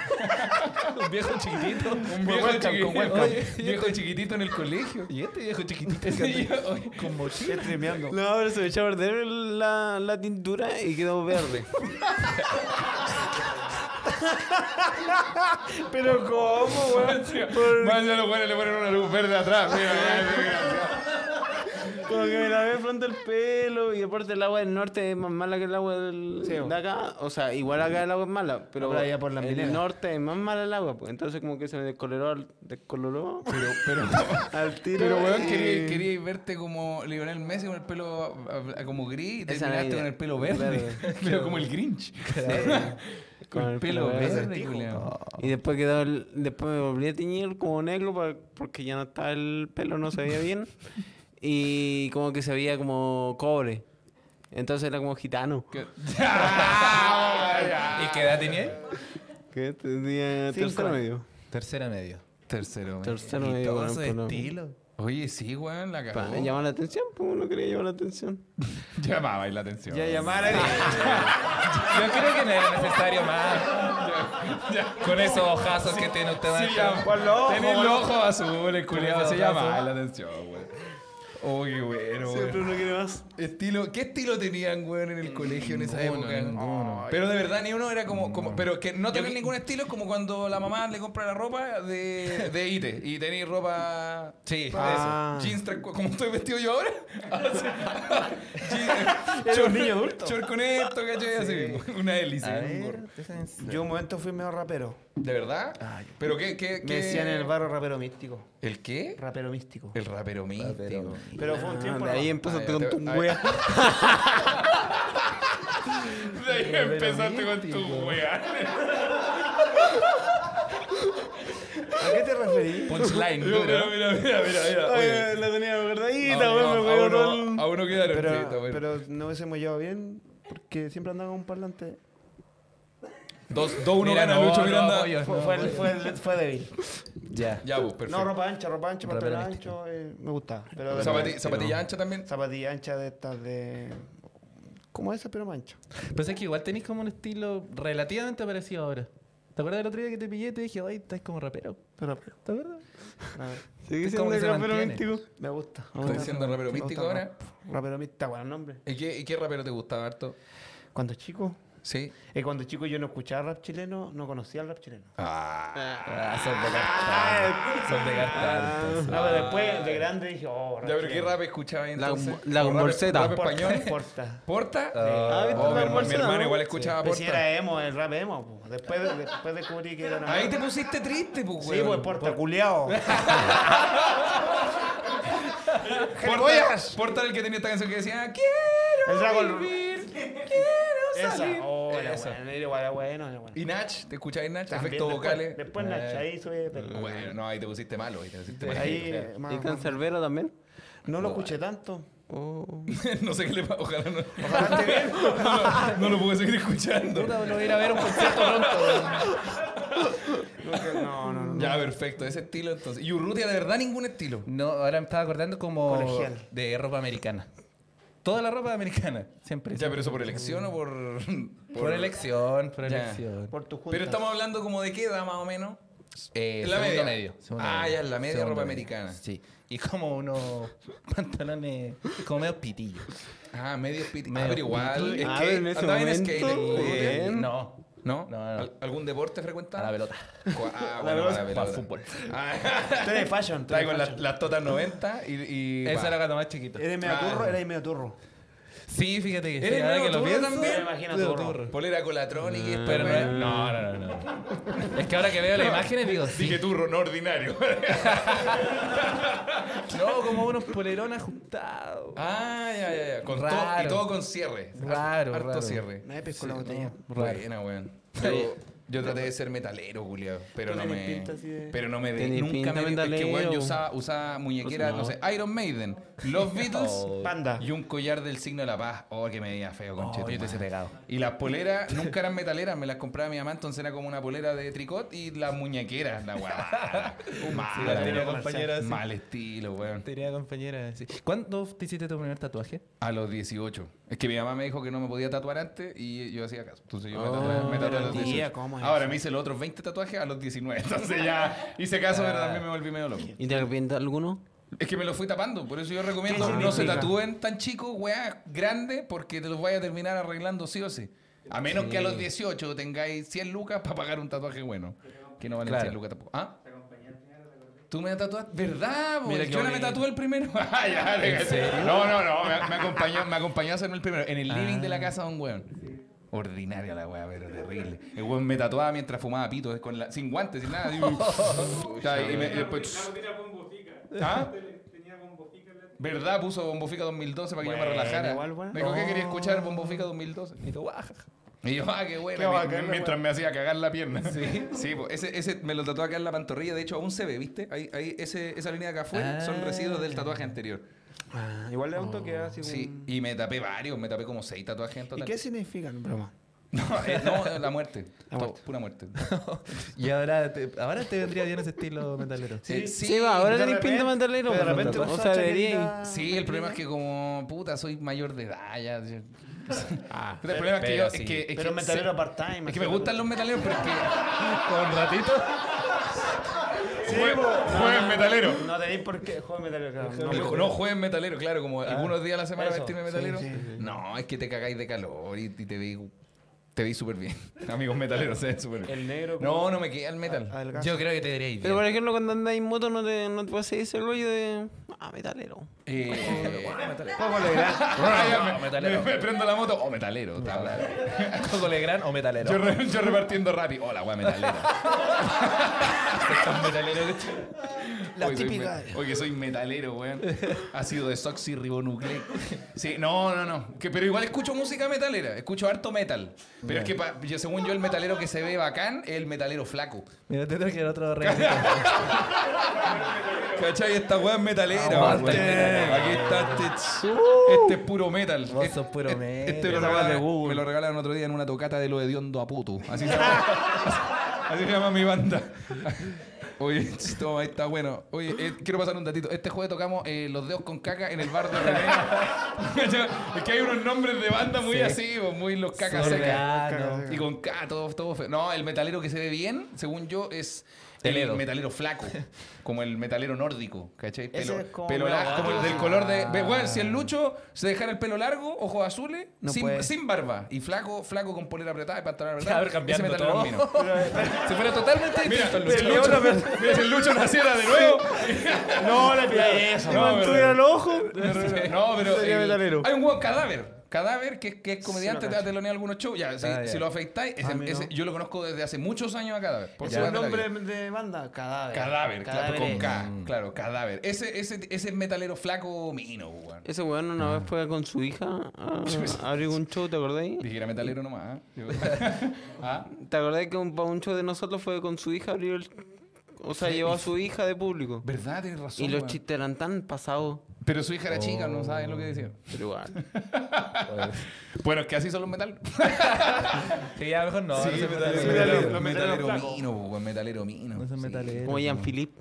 A: Un viejo chiquitito.
B: Un viejo,
D: welcome,
B: chiquitito,
D: con welcome.
B: Oye, viejo chiquitito en el colegio.
A: Y este viejo chiquitito que anda con mochila.
D: Streameando.
C: No, pero se me echó a perder la, la tintura y quedó verde.
D: Pero ¿cómo, weón?
B: Más de los buenos le ponen una luz verde atrás. Mira, mira, mira.
C: Como que me lavé pronto el pelo y aparte el agua del norte es más mala que el agua del,
D: Sí, bo.
C: de acá. O sea, igual acá el agua es mala, pero,
D: Ahora ya por la
C: el
D: minera.
C: norte es más mala el agua. Pues. Entonces como que se me descoloró, al- descoloró
B: Pero, pero,
C: al tiro.
B: pero eh, weón,
C: y-
B: quería, quería verte como Lionel Messi con el pelo ah, como gris y
C: Esa era la
B: terminaste
C: idea.
B: con el pelo verde.
C: Verde.
B: Pero como el Grinch.
C: Con el
B: pelo
C: pelo verde.
B: verde, culiao.
C: Y después quedó el- después me volví a teñir como negro pa- porque ya no estaba el pelo, no se veía bien. Y como que se veía como cobre. Entonces era como gitano.
B: Que- Ah, ya.
A: ¿Y qué edad tenía?
C: ¿Qué? Tenía
D: Cinco
C: tercero
D: años.
C: medio.
A: Tercera medio.
B: Tercero. weón.
C: Tercero
A: y
C: medio.
A: todo
C: bueno,
A: su
C: pero-
A: estilo.
B: Oye, sí, weón, la
C: Pa-
B: cagó.
C: Llama la atención, pues uno quería llamar la atención.
B: Llamaba ahí la atención.
D: Ya llamar a
A: Yo creo que no era necesario más. Con esos ojazos que tiene usted.
B: Sí,
A: maestro.
B: ya,
D: Por los ojos,
B: Tenía el
D: weón.
B: ojo azul, el culiado.
A: ese
B: Se llama
A: ojazo.
B: la atención, weón. Oh, qué bueno, weón.
C: uno quiere más.
B: Estilo, ¿Qué estilo tenían, weón, en el colegio en esa
A: Ninguno,
B: época?
A: ninguno.
B: Ay, Pero de verdad, ni uno era como. como pero que no tener ningún estilo es como cuando la mamá le compra la ropa de, de Ite y tenéis ropa.
A: Sí,
C: Ah.
B: Jeans, tran- como estoy vestido yo ahora. Jeans-
D: Era un
B: short-
D: niño adulto.
B: Short con esto, ¿cachai? Así, una hélice.
A: A
B: un
A: ver,
B: gorro.
A: déjame enseñar.
D: Yo un momento fui medio rapero.
B: ¿De verdad? ¿Pero qué? qué,
D: Me
B: qué-
D: decían en el barrio rapero místico.
B: ¿El qué?
D: Rapero místico.
B: El rapero
A: Ah,
B: místico.
D: Pero fue un tiempo.
C: de ahí
D: no.
C: empezaste
B: Ah, ya
C: con
B: te-
C: tu
B: ah, ya.
C: wea.
B: De ahí empezaste con tu weá.
D: ¿A qué te referís?
A: Punchline
B: Mira, mira,
A: duro.
B: mira, mira, mira. Oye,
C: Ay, la tenía
B: a
C: guardadita,
B: uno-
C: weón, me
B: a
C: pegó todo el-
B: uno- a uno quedaron. sí, está
D: Pero,
B: bueno.
D: pero no hubiésemos llevado bien porque siempre andaba con un parlante.
B: Dos, dos, uno
A: Mira,
B: gana
A: no,
B: Lucho
A: no,
B: Miranda.
A: apoyo.
D: Fue, fue, fue- fue débil.
A: Ya.
B: Ya, vos, Ah, perfecto.
D: No, ropa ancha, ropa ancha,
A: Rapero
D: papel
A: místico.
D: ancho. eh, me gustaba. Pero
B: Zapati- Zapatilla, ancha también.
D: Zapatilla ancha de estas de. ¿Cómo esa, pero mancha?
A: Pero Pues es que igual tenéis como un estilo relativamente parecido ahora. ¿Te acuerdas del otro día que te pillé y te dije, ay, estás como rapero?
D: Pero,
A: ¿Te acuerdas?
C: Sigue
A: Es como
C: siendo
A: que se
C: rapero
A: mantiene. Ah,
C: místico.
D: me gusta. me
B: Estoy
D: gusta.
B: diciendo rapero
D: Me
B: místico
D: gusta
B: ahora.
D: rap- Rapero místico, está bueno el nombre.
B: ¿Y qué, y qué rapero te gustaba harto?
D: Cuando chico.
B: Sí.
D: eh, cuando chico yo no escuchaba rap chileno, no conocía el rap chileno.
A: Ah, son de cartón. Son de cartón.
D: Ah, No, pero después de grande dije, oh,
B: Ya, pero ¿qué rap escuchaba entonces?
C: La- la
B: ¿O rap-
C: Gombolseta.
B: ¿Rap español?
D: Porta.
B: ¿Porta?
A: Ah,
B: Oh,
C: ¿viste
B: mi
C: la
B: hermano, mi
C: Gombolseta,
B: hermano
C: no?
B: igual escuchaba
D: Pues si
B: Porta.
D: era emo, el rap emo. po. Después, después descubrí que era una.
B: Ahí te pusiste triste, pues,
D: Sí,
B: weón.
D: pues porta, culiao.
B: Porta,
D: ¡Gilipollas!
B: Porta era el que tenía esta canción que decía Quiero
D: El Dragon-
B: vivir, quiero
D: Esa.
B: salir.
D: Oh, era
B: Esa.
D: bueno, era bueno, era bueno, era bueno.
B: Y Nach, ¿te escucháis Nach?
D: También
B: Efectos
D: después-
B: vocales.
D: Después
B: Eh,
D: Nacha ahí sube.
B: Bueno, no, ahí te pusiste malo, ahí te pusiste malo.
D: Ahí, eh,
C: ¿Y
D: más- más-
C: cancerbero también?
D: no lo escuché tanto.
C: Oh.
B: no sé qué le pasa, ojalá no,
D: Ojalá esté bien.
B: no, no lo pude seguir escuchando.
A: Puta, lo voy a ir a ver a un concierto pronto.
D: No, no, no.
B: Ya, perfecto, ese estilo entonces. Y Urrutia, de verdad, ningún estilo.
A: No, ahora me estaba acordando como
D: Colegial.
A: de ropa americana. Toda la ropa americana, siempre.
B: Ya, pero eso por elección o por.
A: por, elección, por
B: Ya.
A: elección.
D: Por tu junta.
B: Pero estamos hablando como de qué edad más o menos.
A: Eh,
B: La
A: segundo
B: media.
A: medio. segundo
B: Ah,
A: medio.
B: ya, la media
A: Segundo
B: ropa
A: medio.
B: americana.
A: Sí. Y como unos pantalones, como medio pitillo.
B: Ah, medio pit. Ah,
A: Medio
B: pero igual.
A: piti.
B: skate.
C: Ah, pero en ese
B: Andaba en
C: momento,
B: skate. el Urrutia.
A: Eh,
C: Bien.
A: no.
B: ¿No?
A: No, no.
B: ¿Al- ¿Algún deporte frecuentado?
A: A la pelota.
B: Cu- Ah, bueno, a la pelota.
A: Pa' fútbol.
B: Ah,
D: Tú eres fashion. tú eres
B: Traigo las
D: fashion.
B: las totas 90 y. y
A: Esa
B: va.
A: era cuando más chiquito.
D: Eres medio
B: Ah.
D: turro, eres medio turro.
A: Sí, fíjate que sí.
B: ¿Eres
A: ahora
B: medio
A: que lo
B: turro
A: pienso,
B: también?
D: Me imagino
A: medio
D: turro.
B: Polera Colatronic y esto.
A: Pero Ah, no, es- no, no, no, no. Es que ahora que veo las imágenes digo, sí.
B: Dije turro, no ordinario.
A: No, como unos polerón ajustados.
B: ah, ya, ya, ya. Con todo- y
A: Raro.
B: todo con cierre.
A: Raro,
B: Harto
A: raro.
B: cierre.
D: Nadie pescó la botella.
B: Buena, weón. Pero, Yo traté de ser metalero, Julián, pero
D: Tú
B: no
D: tenés
B: me
D: pinta así de-
B: pero no me de,
C: Tenés
B: nunca
C: pinta
B: me es que
C: metalero.
B: weón, yo usaba, usaba muñequeras, no.
C: No.
B: sé, Iron Maiden, los Beatles
D: Panda.
B: y un collar del signo de la paz. Oh, que me veía feo, conchetumare.
D: yo te hubiese pegado.
B: Y las poleras nunca eran metaleras, me las compraba mi mamá, entonces era como una polera de tricot y las muñequeras, la weá. Ah,
A: Sí,
D: Ah,
A: la tenía
B: Mal,
A: compañera así.
B: mal estilo, weón.
A: Tenía compañera así. ¿Cuándo te hiciste tu primer tatuaje?
B: A los 18. Es que mi mamá me dijo que no me podía tatuar antes y yo hacía caso. Entonces yo me
C: Oh,
B: tatué, me tatué a los
C: tía,
B: 18.
C: ¿cómo es
B: Ahora
C: eso?
B: me hice los otros 20 tatuajes a los 19. Entonces ya hice caso, pero también me volví medio loco.
C: ¿Y te arrepientes de alguno?
B: Es que me los fui tapando. Por eso yo recomiendo
D: ¿Qué
B: no se
D: significa?
B: tatúen tan chicos, weá, grande, porque te los vaya a terminar arreglando sí o sí. A menos que a los 18 tengáis 100 lucas para pagar un tatuaje bueno. Que no valen
A: Claro.
B: 100 lucas tampoco. ¿Ah? ¿Tú me tatuaste? ¿Verdad?
A: Mira
B: Mira,
A: qué
B: yo no me
A: bonito.
B: tatué el primero. Ah, ya, déjate. No, no, no. Me, me acompañó, me acompañó a hacerme el primero. En el living de la casa de un weón. Ordinaria la weá, pero terrible. El weón me tatuaba mientras fumaba pito, con la- sin guantes, sin nada. Y, y me- y después. ¿Ah? ¿Verdad? Puso Bombofica 2012 para que yo me
C: Bueno,
B: relajara.
C: igual, bueno. Oh.
B: Me dijo que quería escuchar Bombofica 2012. Y yo, "Guaja". Y yo, ah, qué
D: Qué
B: bueno.
D: bacán,
B: mientras me hacía cagar la pierna. Sí, sí pues, ese, ese me lo tatué acá en la pantorrilla. De hecho, aún se ve, ¿viste? Ahí, ahí, ese, esa línea de acá afuera
C: Ah.
B: son residuos del tatuaje anterior.
D: Igual de auto que así
B: Sí, y me tapé varios. Me tapé como seis tatuajes en
D: Oh. ¿Y
B: total.
D: qué significan, broma?
B: No, eh, no, la muerte.
C: La
B: Todo,
C: muerte.
B: pura muerte.
A: Y ahora te, ahora te vendría bien ese estilo metalero.
B: Eh, Sí,
C: Sí, va, ahora
D: de
C: tenés pinta
D: repente-
C: metalero.
D: De
C: pero
D: repente,
C: tampoco-
D: vos,
C: o sea,
D: Sacha,
C: debería ir.
D: querida-
B: Sí, el problema es que como, puta, soy mayor de edad ya. yo-
C: Ah,
B: el problema es que
A: pero
B: yo... Es
A: sí.
B: que, es
D: Pero
B: que
D: metalero
B: se-
D: part-time.
B: Es que me gustan los metaleros, pero es que...
A: ¿Con ratito?
B: Jue- jueves metalero.
D: No tenéis por qué. Jueves metalero, claro.
B: No,
D: me-
B: no jueves metalero, claro, como algunos días a la semana
D: Ah, eso,
B: vestirme
D: sí,
B: metalero.
D: sí, sí.
B: No, es que te cagáis de calor y, y te veis te veis súper bien. Amigos metaleros, se ven súper bien.
D: El negro
B: No,
D: como-
B: no me queda el metal.
D: Ah, el gas.
A: Yo creo que te diría
C: Pero por ejemplo, cuando andas en moto no te, no te puedes seguir ese rollo de. Ah, metalero.
B: Eh,
D: Poco le da.
B: Ryan, me-
A: metalero.
B: Me, me prendo la moto. Oh, metalero. está hablando.
A: ¿Coco Legrand o metalero?
B: Yo, re- yo repartiendo rápido. Hola, weá, metalero.
A: Tan metalero que-
B: La típica. Oye, soy metalero, weón. Ha sido de Soxy Ribonucle. Sí, no, no, no. Que, pero igual escucho música metalera. Escucho harto metal. Pero es que, pa- yo, según yo, el metalero que se ve bacán es el metalero flaco.
A: Mira, te traje el otro regalo.
B: ¿Cachai? Esta weá es metalera.
A: Aguante,
B: weón.
A: metalero.
B: Aquí está este. Este es puro metal.
A: Uh. Vos
B: Es-
A: sos puro
B: es-
A: metal.
B: Este me lo,
A: Esa
B: regalaron, me lo regalaron otro día en una tocata de lo hediondo a puto. Así se llama, así se llama mi banda. Oye, toma, ahí está bueno. Oye, eh, quiero pasar un datito. Este jueves tocamos eh, Los Dedos con Caca en el bar de René. es que hay unos nombres de banda muy así, bo, muy los cacas secas.
A: Soriano.
B: Y con K, todo, todo feo. No, el metalero que se ve bien, según yo, es el
A: Telero.
B: metalero flaco. Como el metalero nórdico, ¿cachai?
D: Ese
B: Pelo,
D: es como
B: pelo
D: medio
B: largo, como el
D: gato,
B: del
D: sí.
B: color de... ve, Bueno, si el Lucho se dejara el pelo largo, ojos azules,
A: No
B: sin,
A: puede.
B: sin barba. Y flaco, flaco con polera apretada y pantalón
A: A
B: apretado.
A: ver, cambiando
B: ese
A: todo.
B: metalero es mío. Se fuera totalmente distinto el Lucho.
D: peleó la
B: Mira, si el Lucho naciera de nuevo...
D: No le pidáis eso.
B: No,
D: No,
B: pero-
D: tú eras el ojo.
B: No, pero.
D: Sería
B: el-
D: metalero.
B: Hay un hueón cadáver. Cadáver que, que es comediante,
D: Sí, lo
B: te ha teloneado algunos shows. Ya, si,
A: Ah, ya.
B: si lo afeitáis, ese- ese- yo lo conozco desde hace muchos años a cadáver. Por
D: ¿Es
B: su
D: el
B: banda
D: nombre
B: la vida.
D: de banda? Cadáver.
B: Cadáver, claro, con
D: es.
B: K. Claro, cadáver. Ese, ese, ese metalero flaco mino, weón.
C: Ese weón una vez fue con su hija a a abrir un show, ¿te acordáis?
B: Dije que era metalero nomás. ¿eh? Yo- ¿Ah?
C: ¿Te acordáis que un, pa' un show de nosotros fue con su hija a abrir el. O sea, llevó a su hija de público.
B: ¿Verdad? Tienes razón.
C: Y los
B: weón.
C: chistes eran tan pasados.
B: Pero su hija era chica, no sabes lo que decía.
C: Pero igual.
B: Bueno, es que así son los metaleros.
A: Sí, ya mejor no. no soy metalero.
B: Metalero, metalero mino, weón, metalero mino.
A: No son
B: Sí.
A: metaleros.
C: Como Jean-Philippe.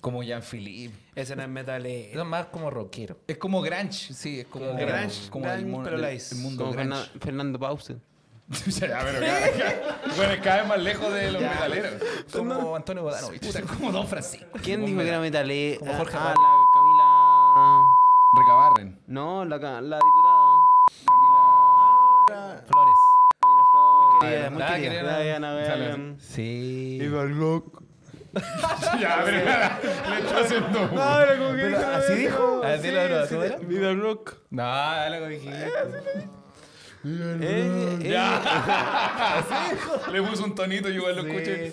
B: Como Jean-Philippe.
D: Ese no es eh. metalero.
A: Son más como rockero.
B: Es como grunge, sí, es como
D: Grunge,
B: como
D: grunge,
B: el, mon-
D: pero
B: el-
D: light.
B: el mundo
C: Como
B: grunge.
C: Fernan- Fernando Pausen.
B: Ya, pero cada- cada- bueno, es cada vez más lejos de los metaleros.
A: Como Antonio Bodanovich.
B: Puta, es como Don Francisco.
C: ¿Quién dijo que era metalero?
A: Como Jorge
C: ah,
A: Abad.
C: la Camila.
B: Recabarren.
C: No, la, ca- la diputada.
A: Flores.
C: Camila Flores.
D: querida, muy
C: Ah,
D: querida.
C: querida Diana
B: Sale.
C: Belén.
A: Sí.
B: Ya, pero nada, le está haciendo.
D: Ah, era como que
A: ¿Así dijo?
D: Sí,
A: Así lo
D: sí,
A: ¿cómo era?
D: Viva el rock.
A: No, algo dije.
C: Eh, eh,
B: Le puso un tonito y igual lo escuché.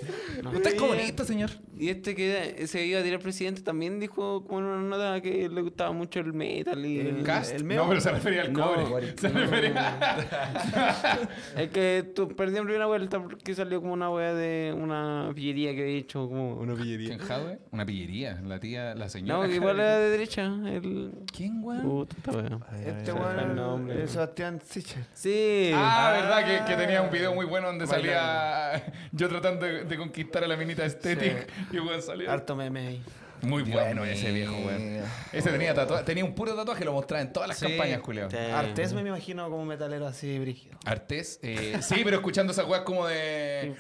B: Usted es comunista, señor.
C: Y este que se iba a tirar presidente también dijo como en una nota que le gustaba mucho el metal y el,
B: Cast.
C: el
B: no, pero se refería al
C: No,
B: cobre.
A: Boric,
B: se refería.
C: Es que tú perdí en primera vuelta porque salió como una wea de una pillería que había hecho como una pillería.
B: ¿Quién Jadwe? Una pillería. La tía, la señora.
C: No, que igual era de derecha. El...
B: ¿Quién, weón?
C: Puta, esta wea.
D: Este
C: Se me fue el
D: weón
C: nombre.
D: es Sebastián Sichel.
C: Sí.
B: Ah, verdad que, que tenía un video muy bueno donde
D: Bailando.
B: salía yo tratando de, de conquistar a la minita estética y weón salía.
D: Harto meme ahí.
B: Muy bueno ese viejo, weón. Ese tenía tatuaje, tenía un puro tatuaje, lo mostraba en todas las
D: Sí.
B: campañas, culiao.
C: Sí.
D: Artés me imagino como un metalero así, brígido.
B: Artés, eh, sí, pero escuchando esas weas como de.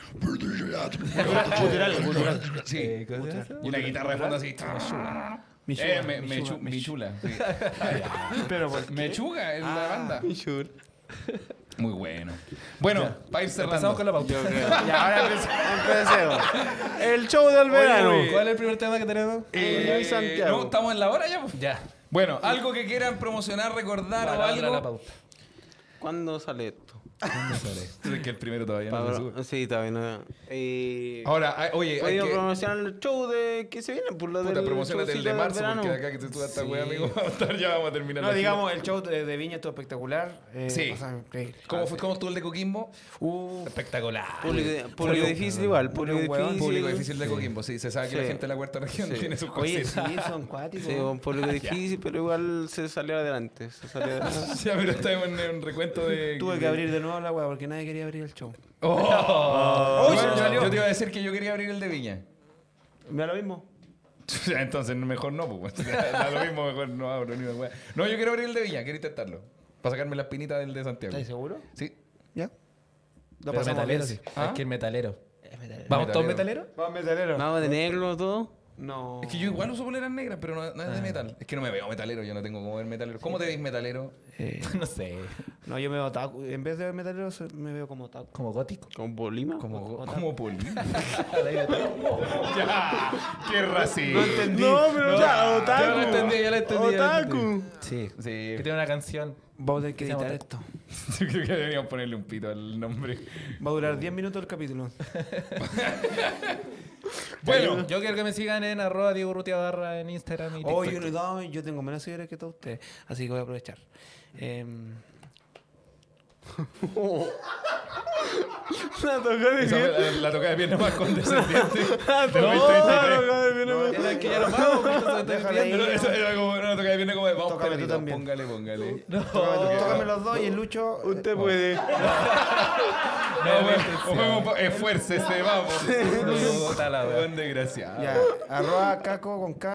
D: Cultural, cultural.
B: Sí.
A: ¿Qué cosa es eso?
B: Y la guitarra de fondo así. Eh, me, mechu- Michula. sí.
D: Pero por
B: Mechuga es la
A: Ah,
B: banda. Muy bueno. Bueno, para ir cerrando.
A: Empezamos con la pauta.
D: Y ahora empecemos.
C: El show del verano.
B: Oye,
A: ¿Cuál es el primer tema que tenemos?
B: Eh,
D: Luis Santiago.
B: No, estamos en la hora ya. pues. po?
A: Ya.
B: Bueno, algo que quieran promocionar, recordar
A: Para
B: o
A: hablar la
B: algo.
A: pauta.
C: ¿Cuándo sale esto?
B: Es que el primero todavía no se sube.
C: Pablo- Sí, todavía no. Eh,
B: Ahora, ah, oye, hay
C: Podríamos
B: que...
C: promocionar el show de que se viene por lo
B: Puta,
C: del
B: promociona
C: showcito
B: el de
C: del
B: marzo,
C: verano.
B: porque de acá que se suba esta wea, amigo, vamos a estar- ya vamos a terminar.
D: No,
B: la
D: digamos, el show de, de Viña estuvo espectacular. Eh,
B: Sí.
D: pasaron increíble.
B: gira. ¿Cómo, fue, ¿Cómo estuvo el de Coquimbo? Espectacular.
C: Público, público difícil igual, público
D: un huevón,
C: difícil.
B: Público difícil de Coquimbo, sí. Se sabe que la
C: Sí.
B: gente de la cuarta región
C: Sí.
B: tiene sus
D: Oye,
B: cosas.
D: sí, son cuáticos.
C: Sí, un público difícil, pero igual se salió adelante. Se salió adelante.
B: Ya, pero estamos en un recuento de...
D: Tuve que abrir de nuevo la weá porque nadie quería abrir el show.
B: ¡Oh!
D: Uy, se
B: Bueno,
D: me salió.
B: yo te iba a decir que yo quería abrir el de Viña.
D: Me da lo mismo.
B: Ya, Entonces mejor no, pues. Da lo mismo, mejor no abro ni una wea. No, yo quiero abrir el de Viña, quiero intentarlo. Para sacarme la espinita del de Santiago.
D: ¿Estáis seguro?
B: Sí.
D: Ya. Lo
A: Pero
D: pasamos
A: metalero,
D: bien,
A: sí.
D: sí.
B: ¿Ah?
A: Es que el metalero.
D: Es metalero.
A: ¿Vamos todos metaleros?
D: Vamos, metalero.
C: Vamos de negro todo.
D: No.
B: Es que yo igual uso poleras negras, pero no, no es de metal. Es que no me veo metalero, yo no tengo como ver metalero. ¿Cómo te veis metalero?
D: Eh,
A: No sé.
D: no, yo me veo otaku. En vez de metalero, so- me veo como otaku.
A: Como gótico.
C: Con Bolima.
B: Como,
D: Otaku.
B: como poli.
A: no
B: ya, qué racista.
C: No, pero ya,
A: Yo lo entendí, yo lo entendí. yo lo entendí. Sí.
B: Sí.
A: Que tiene una canción.
D: Vamos a tener que
A: Se llama
D: editar
A: otaku.
D: esto.
B: Yo creo que deberíamos ponerle un pito al nombre.
D: Va a durar 10 minutos el capítulo.
B: Bueno,
A: Yo quiero que me sigan en arroba Diego Rutia Barra en Instagram y TikTok.
D: Hoy no, no, yo tengo menos seguidores que todos ustedes, así que voy a aprovechar. Em,
C: La tocó de
B: esa fue
C: bien.
B: la, la tocada de pierna más condescendiente.
C: La
B: No,
C: tocó de bien.
A: Es que ya nos vamos, pues, entonces estoy
D: Déjala ahí.
A: pidiendo.
B: Esa era como una tocada de pierna como de vamos,
D: Tócame tú
B: perrito,
D: también.
B: Póngale, póngale.
A: No,
D: tócame los dos y el Lucho. eh,
C: Usted puede.
B: No, bueno, bueno, esfuércese, vamos.
A: No, está la wea.
B: Buen desgraciado.
D: Ya, arroba caco con K.